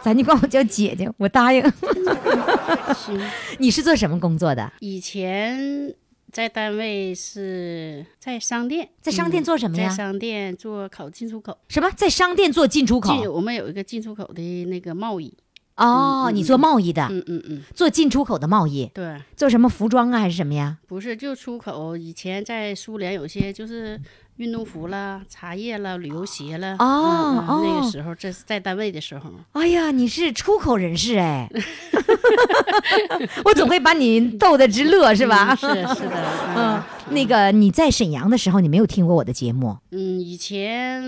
[SPEAKER 1] 咱就管我叫姐姐，我答应。
[SPEAKER 12] 行。
[SPEAKER 1] 你是做什么工作的？
[SPEAKER 12] 以前在单位是在商店，嗯
[SPEAKER 1] 在商店做什么呀
[SPEAKER 12] 在商店做口进出口，
[SPEAKER 1] 什么在商店做进出
[SPEAKER 12] 进
[SPEAKER 1] 口？
[SPEAKER 12] 我们有一个进出口的那个贸易。
[SPEAKER 1] 哦，你做贸易的，
[SPEAKER 12] 嗯嗯嗯，
[SPEAKER 1] 做进出口的贸易，
[SPEAKER 12] 对，
[SPEAKER 1] 做什么服装啊还是什么呀？
[SPEAKER 12] 不是就出口。以前在苏联有些就是运动服啦、茶叶啦、旅游鞋啦。
[SPEAKER 1] 哦
[SPEAKER 12] 嗯嗯那
[SPEAKER 1] 哦
[SPEAKER 12] 个时候这是在单位的时候。
[SPEAKER 1] 哎呀，你是出口人士 哎，我总会把你逗得直乐是吧？
[SPEAKER 12] 嗯是是的，
[SPEAKER 1] 嗯
[SPEAKER 12] 嗯，
[SPEAKER 1] 那个你在沈阳的时候，你没有听过我的节目
[SPEAKER 12] 嗯，以前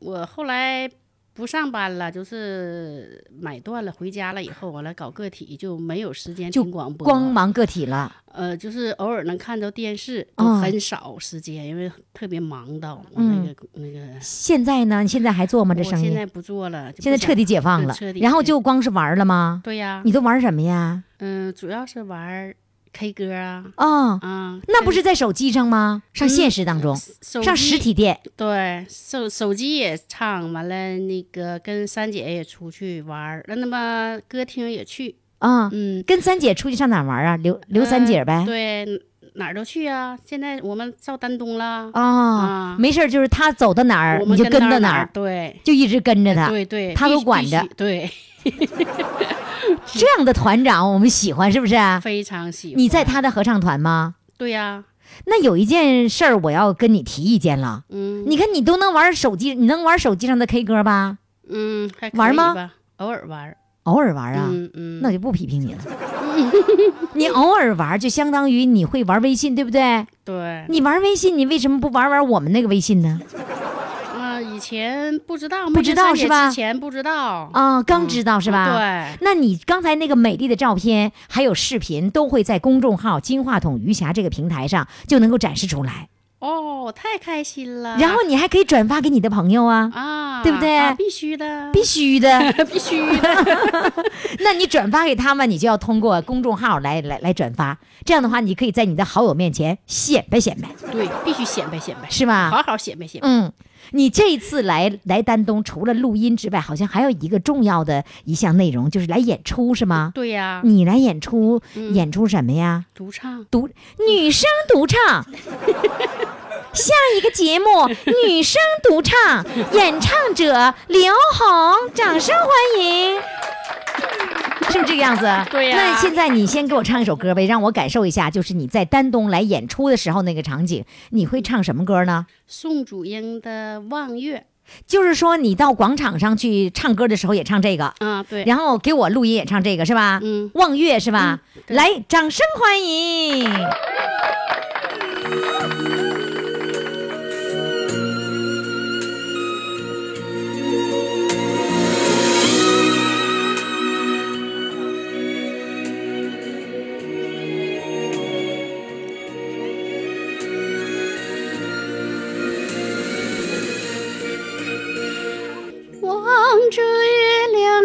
[SPEAKER 12] 我后来不上班了，就是买断了，回家了以后，完了搞个体，就没有时间
[SPEAKER 1] 就
[SPEAKER 12] 听广播，
[SPEAKER 1] 光芒个体了，
[SPEAKER 12] 呃，就是偶尔能看到电视，都
[SPEAKER 1] 嗯
[SPEAKER 12] 很少时间，因为特别忙到我
[SPEAKER 1] 嗯
[SPEAKER 12] 那个、那个。
[SPEAKER 1] 现在呢？你现在还做吗？这
[SPEAKER 12] 我
[SPEAKER 1] 生
[SPEAKER 12] 现
[SPEAKER 1] 意
[SPEAKER 12] 在不做了，就
[SPEAKER 1] 现在
[SPEAKER 12] 不
[SPEAKER 1] 彻底
[SPEAKER 12] 想
[SPEAKER 1] 解放
[SPEAKER 12] 对
[SPEAKER 1] 了
[SPEAKER 12] 彻，底
[SPEAKER 1] 然后
[SPEAKER 12] 解
[SPEAKER 1] 就光是玩了吗？
[SPEAKER 12] 对呀、
[SPEAKER 1] 你都玩什么呀？
[SPEAKER 12] 嗯，主要是玩儿 K 歌啊，
[SPEAKER 1] 哦，
[SPEAKER 12] 啊，
[SPEAKER 1] 那不是在手机上吗？上现实当中，
[SPEAKER 12] 嗯手
[SPEAKER 1] 上实
[SPEAKER 12] 机
[SPEAKER 1] 体店。
[SPEAKER 12] 对，手手机也唱完了，那个跟三姐也出去玩儿，那那么歌厅也去，
[SPEAKER 1] 啊、
[SPEAKER 12] 嗯，
[SPEAKER 1] 跟三姐出去上哪儿玩啊？刘刘三
[SPEAKER 12] 呃
[SPEAKER 1] 姐呗。
[SPEAKER 12] 对，哪儿都去啊。现在我们到丹东了，
[SPEAKER 1] 啊、
[SPEAKER 12] 啊
[SPEAKER 1] 没事儿，就是她走到哪儿，
[SPEAKER 12] 我
[SPEAKER 1] 你
[SPEAKER 12] 们
[SPEAKER 1] 就
[SPEAKER 12] 跟
[SPEAKER 1] 到
[SPEAKER 12] 哪
[SPEAKER 1] 儿，
[SPEAKER 12] 对，呃
[SPEAKER 1] 就一直跟着她。
[SPEAKER 12] 对对，
[SPEAKER 1] 他
[SPEAKER 12] 必
[SPEAKER 1] 都
[SPEAKER 12] 须
[SPEAKER 1] 管
[SPEAKER 12] 必
[SPEAKER 1] 着
[SPEAKER 12] 须对，
[SPEAKER 1] 这样的团长我们喜欢，是不是？啊
[SPEAKER 12] 非常喜欢。
[SPEAKER 1] 你在她的合唱团吗？
[SPEAKER 12] 对呀、
[SPEAKER 1] 那有一件事儿我要跟你提意见了。
[SPEAKER 12] 嗯
[SPEAKER 1] 你看，你都能玩手机，你能玩手机上的 K 歌吧？
[SPEAKER 12] 嗯，还可
[SPEAKER 1] 玩
[SPEAKER 12] 以
[SPEAKER 1] 吗
[SPEAKER 12] 吧？偶尔玩儿，
[SPEAKER 1] 偶尔玩啊，
[SPEAKER 12] 嗯嗯，
[SPEAKER 1] 那我就不批评 你了。你偶尔玩就相当于你会玩微信，对不对？
[SPEAKER 12] 对，
[SPEAKER 1] 你玩微信，你为什么不玩玩我们那个微信呢？
[SPEAKER 12] 啊，以前不知道，
[SPEAKER 1] 不
[SPEAKER 12] 没
[SPEAKER 1] 知
[SPEAKER 12] 跟
[SPEAKER 1] 道
[SPEAKER 12] 三
[SPEAKER 1] 是
[SPEAKER 12] 姐
[SPEAKER 1] 吧
[SPEAKER 12] 之前不知道，
[SPEAKER 1] 啊，刚知道是吧？。
[SPEAKER 12] 嗯对，
[SPEAKER 1] 那你刚才那个美丽的照片，还有视频，都会在公众号“金话筒余霞”这个平台上就能够展示出来，
[SPEAKER 12] 哦，太开心了。
[SPEAKER 1] 然后你还可以转发给你的朋友啊，
[SPEAKER 12] 嗯啊，
[SPEAKER 1] 对不对
[SPEAKER 12] 啊必须的，
[SPEAKER 1] 必须的。
[SPEAKER 12] 必须的。
[SPEAKER 1] 那你转发给他们，你就要通过公众号来来来转发，这样的话，你可以在你的好友面前显摆显摆，
[SPEAKER 12] 对，必须显摆显摆，
[SPEAKER 1] 是吧？
[SPEAKER 12] 好好显摆显摆。
[SPEAKER 1] 嗯，你这一次来来丹东，除了录音之外，好像还有一个重要的一项内容，就是来演出，是吗？
[SPEAKER 12] 对啊
[SPEAKER 1] 啊
[SPEAKER 12] 嗯呀，
[SPEAKER 1] 你来演出，演出什么呀？
[SPEAKER 12] 独唱，
[SPEAKER 1] 独女生独唱。 下一个节目，女生独唱，演唱者刘红，掌声欢迎。是不是这个样子？
[SPEAKER 12] 对呀
[SPEAKER 1] 那现在你先给我唱一首歌呗，让我感受一下，就是你在丹东来演出的时候那个场景，你会唱什么歌呢？
[SPEAKER 12] 宋祖英的《望月
[SPEAKER 1] 就是说你到广场上去唱歌的时候也唱这个，》
[SPEAKER 12] 啊，对，
[SPEAKER 1] 然后给我录音也唱这个是吧？
[SPEAKER 12] 嗯
[SPEAKER 1] 望月是吧？
[SPEAKER 12] 对
[SPEAKER 1] 来，掌声欢迎。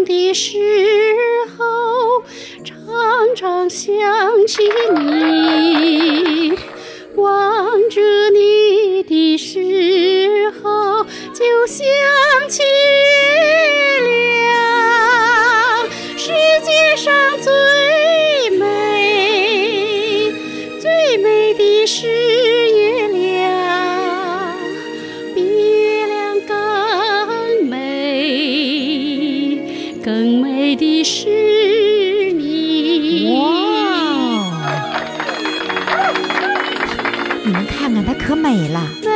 [SPEAKER 5] 的时候，常常想起你；望着你的时候，就想起月亮。世界上最美、最美的是月亮，比月亮更美，更美的是你。
[SPEAKER 1] 哇！你们看看，她可美了。
[SPEAKER 5] 没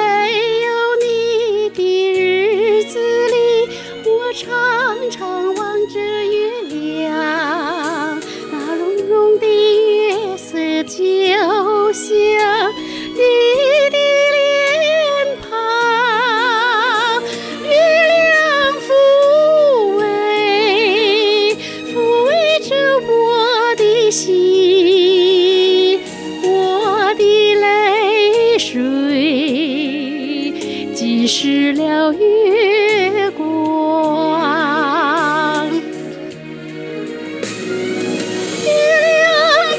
[SPEAKER 5] 有你的日子里，我常常望着月亮，那融融的月色就像你的脸庞，月亮抚慰抚慰着我的心，我的泪水浸湿了月光。月亮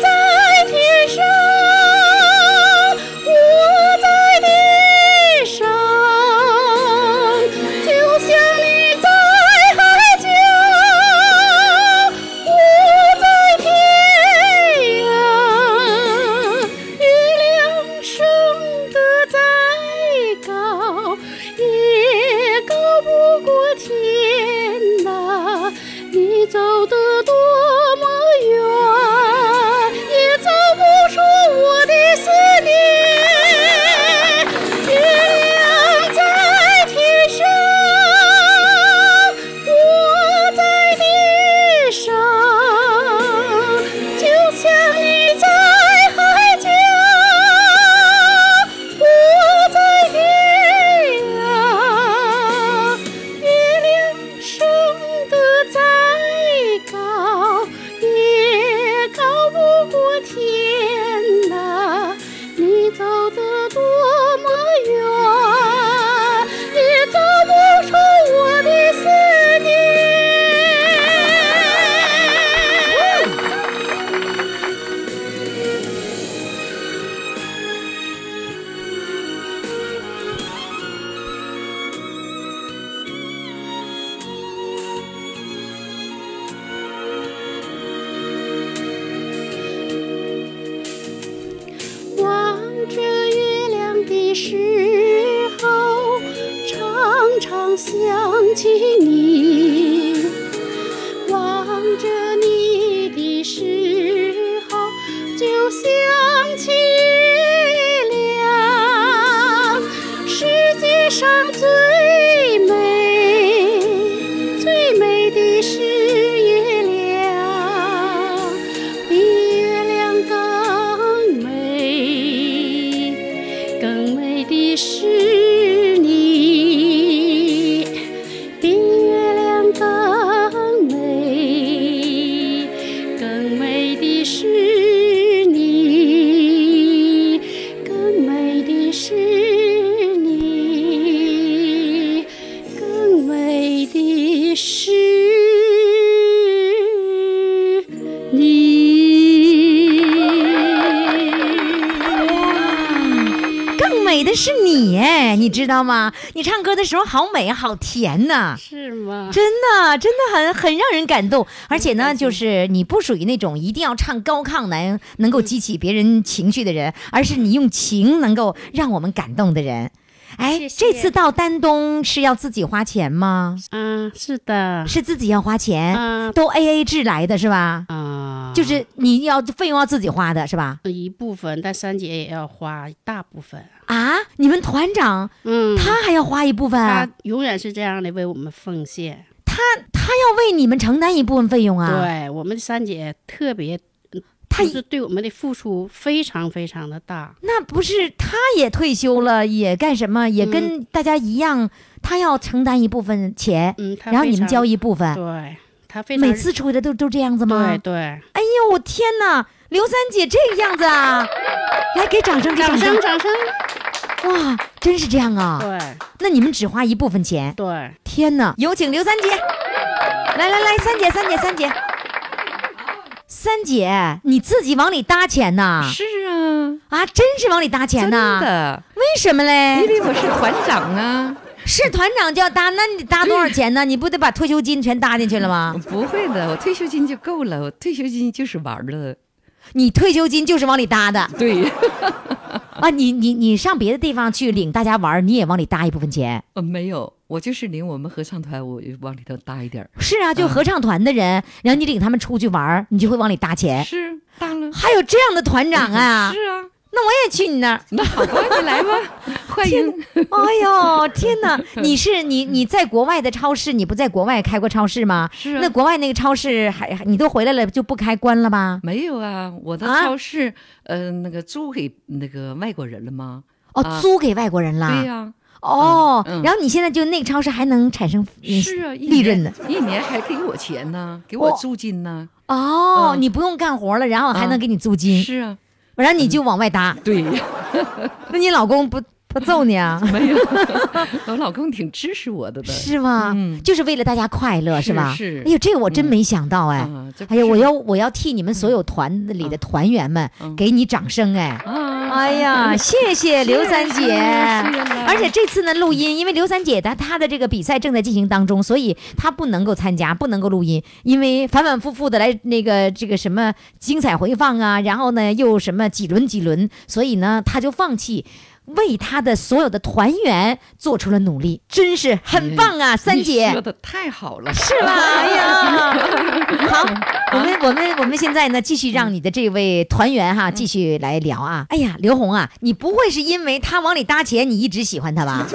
[SPEAKER 5] 在天上，我在地上，就像你在海角，我在天涯。月亮升得再高，也高不过天呐。你走得多么远，也走不出我的思念。月亮在天上，我在地上，就像你在海角，我在天涯。月亮升得再高，也高不过天呐。你走得多么远，也走不出我的思念。望着月亮的时候，常常想起你；望着你的时候，就想起月亮。世界上最美、最美的是月亮，比月亮更美，更美的是你，比月亮更美，更美的是你，更美的是你，更美的是你。
[SPEAKER 1] 嗯更美的是你，哎，你知道吗？你唱歌的时候好美，好甜呐、
[SPEAKER 5] 是吗？
[SPEAKER 1] 真的，真的很很让人感动，而
[SPEAKER 5] 嗯
[SPEAKER 1] 且呢，就是你不属于那种一定要唱高亢能能够激起别人情绪的人，而是你用情能够让我们感动的人。哎，
[SPEAKER 5] 谢谢
[SPEAKER 1] 这次到丹东是要自己花钱吗？
[SPEAKER 5] 嗯，是的。
[SPEAKER 1] 是自己要花钱，
[SPEAKER 5] 嗯
[SPEAKER 1] 都 A A 制来的是吧？
[SPEAKER 5] 啊，
[SPEAKER 1] 就是你要费用要自己花的是吧？
[SPEAKER 5] 一部分，但三姐也要花一大部分。
[SPEAKER 1] 啊，你们团长
[SPEAKER 5] 嗯，
[SPEAKER 1] 他还要花一部分啊，
[SPEAKER 5] 她永远是这样的为我们奉献。
[SPEAKER 1] 他他要为你们承担一部分费用啊。
[SPEAKER 5] 对我们三姐特别，
[SPEAKER 1] 她
[SPEAKER 5] 就是对我们的付出非常非常的大。
[SPEAKER 1] 那不是他也退休了，也干什么？
[SPEAKER 5] 嗯
[SPEAKER 1] 也跟大家一样，他要承担一部分钱，
[SPEAKER 5] 嗯，她
[SPEAKER 1] 哎然后
[SPEAKER 5] 非
[SPEAKER 1] 你们
[SPEAKER 5] 常
[SPEAKER 1] 交一部分。
[SPEAKER 5] 对，她非常
[SPEAKER 1] 每次出去的都都这样子吗？
[SPEAKER 5] 对对，
[SPEAKER 1] 哎呦，我天哪！刘三姐这个样 子啊，来给掌声，给
[SPEAKER 5] 掌
[SPEAKER 1] 掌
[SPEAKER 5] 声掌声，
[SPEAKER 1] 哇，真是这样啊！
[SPEAKER 5] 对
[SPEAKER 1] 那你们只花一部分钱，
[SPEAKER 5] 对，
[SPEAKER 1] 天哪！有请刘三姐。来来来，三姐，三姐，三姐，三姐，你自己往里搭钱呐？
[SPEAKER 13] 是啊，
[SPEAKER 1] 啊，真是往里搭钱
[SPEAKER 13] 真
[SPEAKER 1] 呐？
[SPEAKER 13] 的，
[SPEAKER 1] 为什么
[SPEAKER 13] 因
[SPEAKER 1] 嘞？
[SPEAKER 13] 为我是团长啊，
[SPEAKER 1] 是团长就要搭，那你得搭多少钱呢？你不得把退休金全搭进去了吗？
[SPEAKER 13] 不会的，我退休金就够了，我退休金就是玩儿的，
[SPEAKER 1] 你退休金就是往里搭的
[SPEAKER 13] 对，
[SPEAKER 1] 啊！你你你上别的地方去领大家玩儿，你也往里搭一部分钱。
[SPEAKER 13] 呃，没有，我就是领我们合唱团，我往里头搭一点儿，嗯
[SPEAKER 1] 是啊，就合唱团的人，然后你领他们出去玩儿，你就会往里搭钱。
[SPEAKER 13] 是搭了，
[SPEAKER 1] 还有这样的团长啊！
[SPEAKER 13] 是啊，
[SPEAKER 1] 那我也去你那儿。
[SPEAKER 13] 那好吧，你来 吧，欢迎，
[SPEAKER 1] 哎呦，天哪！你是你你在国外的超市，你不在国外开过超市吗？
[SPEAKER 13] 是啊
[SPEAKER 1] 那国外那个超市还还你都回来了，就不开关了吧？
[SPEAKER 13] 没有啊，我的
[SPEAKER 1] 啊
[SPEAKER 13] 超市，呃，那个租给那个外国人了吗？
[SPEAKER 1] 哦，
[SPEAKER 13] 啊
[SPEAKER 1] 租给外国人啦。
[SPEAKER 13] 对呀、
[SPEAKER 1] 哦，
[SPEAKER 13] 嗯嗯
[SPEAKER 1] 然后你现在就那个超市还能产生嗯
[SPEAKER 13] 是啊，一
[SPEAKER 1] 利润呢
[SPEAKER 13] 年？一年还给我钱呢，给我
[SPEAKER 1] 哇
[SPEAKER 13] 租金 呢，
[SPEAKER 1] 哦，
[SPEAKER 13] 嗯
[SPEAKER 1] 你不用干活了，然后还能
[SPEAKER 13] 嗯
[SPEAKER 1] 给你租金，
[SPEAKER 13] 是啊，
[SPEAKER 1] 然后你就往外搭。
[SPEAKER 13] 对，
[SPEAKER 1] 那你老公不不揍你啊？
[SPEAKER 13] 没有， 我老公挺支持我的的，
[SPEAKER 1] 是吗？
[SPEAKER 13] 嗯
[SPEAKER 1] 就是为了大家快乐
[SPEAKER 13] 是
[SPEAKER 1] 吧？
[SPEAKER 13] 是嗯
[SPEAKER 1] 哎呦，这个我真没想到哎。
[SPEAKER 13] 啊，这不
[SPEAKER 1] 哎
[SPEAKER 13] 是
[SPEAKER 1] 呀，我要我要替你们所有团里的团员们
[SPEAKER 13] 嗯
[SPEAKER 1] 给你掌声哎！
[SPEAKER 13] 啊，
[SPEAKER 1] 哎 呀，谢
[SPEAKER 9] 啊
[SPEAKER 1] 谢刘三姐！而
[SPEAKER 13] 而
[SPEAKER 1] 且这次呢，录音，因为刘三姐她她的这个比赛正在进行当中，所以她不能够参加，不能够录音，因为反反复复的来那个这个什么精彩回放啊，然后呢又什么几轮几轮，所以呢她就放弃。为她的所有的团员做出了努力，真是很棒啊，三姐
[SPEAKER 13] 说。的太好了，
[SPEAKER 1] 是吧？哎 呀， 好，我们我们我们现在呢，继续让你的这位团员哈，继续来聊啊。哎呀，刘红啊，你不会是因为他往里搭钱，你一直喜欢他 吧？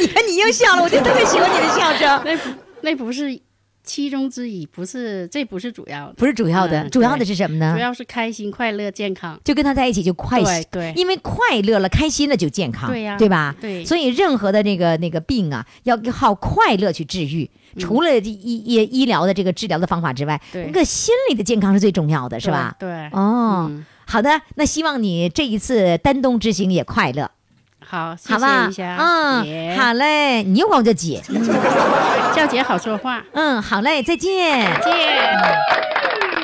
[SPEAKER 1] 你看你又笑了，我就特别喜欢你的笑声。
[SPEAKER 5] 那不那不是其中之一，不是这不是主要的，
[SPEAKER 1] 不是主要的，
[SPEAKER 5] 嗯
[SPEAKER 1] 主要的是什么呢
[SPEAKER 5] 主？要是开心、快乐、健康。
[SPEAKER 1] 就跟他在一起就快
[SPEAKER 5] 对对
[SPEAKER 1] 因为快乐了、开心了就健康，
[SPEAKER 5] 对呀
[SPEAKER 1] 吧？
[SPEAKER 5] 对
[SPEAKER 1] 所以任何的那个那个病啊，要靠快乐去治愈。除了这医医医疗的这个治疗的方法之外，
[SPEAKER 5] 嗯对
[SPEAKER 1] 那个心理的健康是最重要的，是吧？
[SPEAKER 5] 对，对
[SPEAKER 1] 哦，
[SPEAKER 5] 嗯
[SPEAKER 1] 好的，那希望你这一次丹东之行也快乐，
[SPEAKER 5] 好，谢
[SPEAKER 1] 好吧
[SPEAKER 5] 谢一？下，
[SPEAKER 1] 嗯，
[SPEAKER 5] 姐，
[SPEAKER 1] 好嘞，你又管我叫姐，
[SPEAKER 5] 叫姐好说话，
[SPEAKER 1] 嗯，好嘞，再见。
[SPEAKER 5] 姐。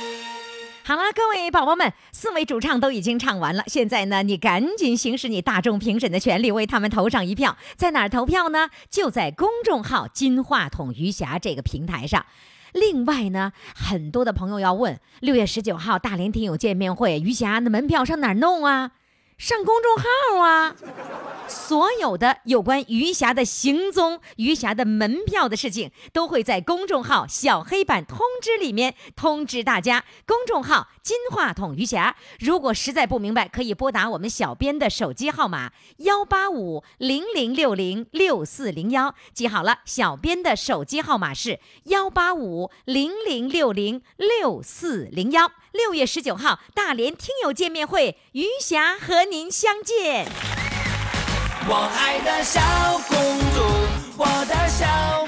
[SPEAKER 1] 好啦，各位宝宝们，四位主唱都已经唱完了，现在呢，你赶紧行使你大众评审的权利，为他们投上一票。在哪儿投票呢？就在公众号“金话筒余霞”这个平台上。另外呢，很多的朋友要问，六月十九号大连听友见面会，余霞那门票上哪儿弄啊？上公众号啊。所有的有关余霞的行踪、余霞的门票的事情，都会在公众号“小黑板通知”里面通知大家。公众号“金话筒余霞”，如果实在不明白，可以拨打我们小编的手机号码幺八五零零六零六四零幺。记好了，小编的手机号码是幺八五零零六零六四零幺。六月十九号，大连听友见面会，余霞和您相见。
[SPEAKER 14] 我爱的小公主，我的小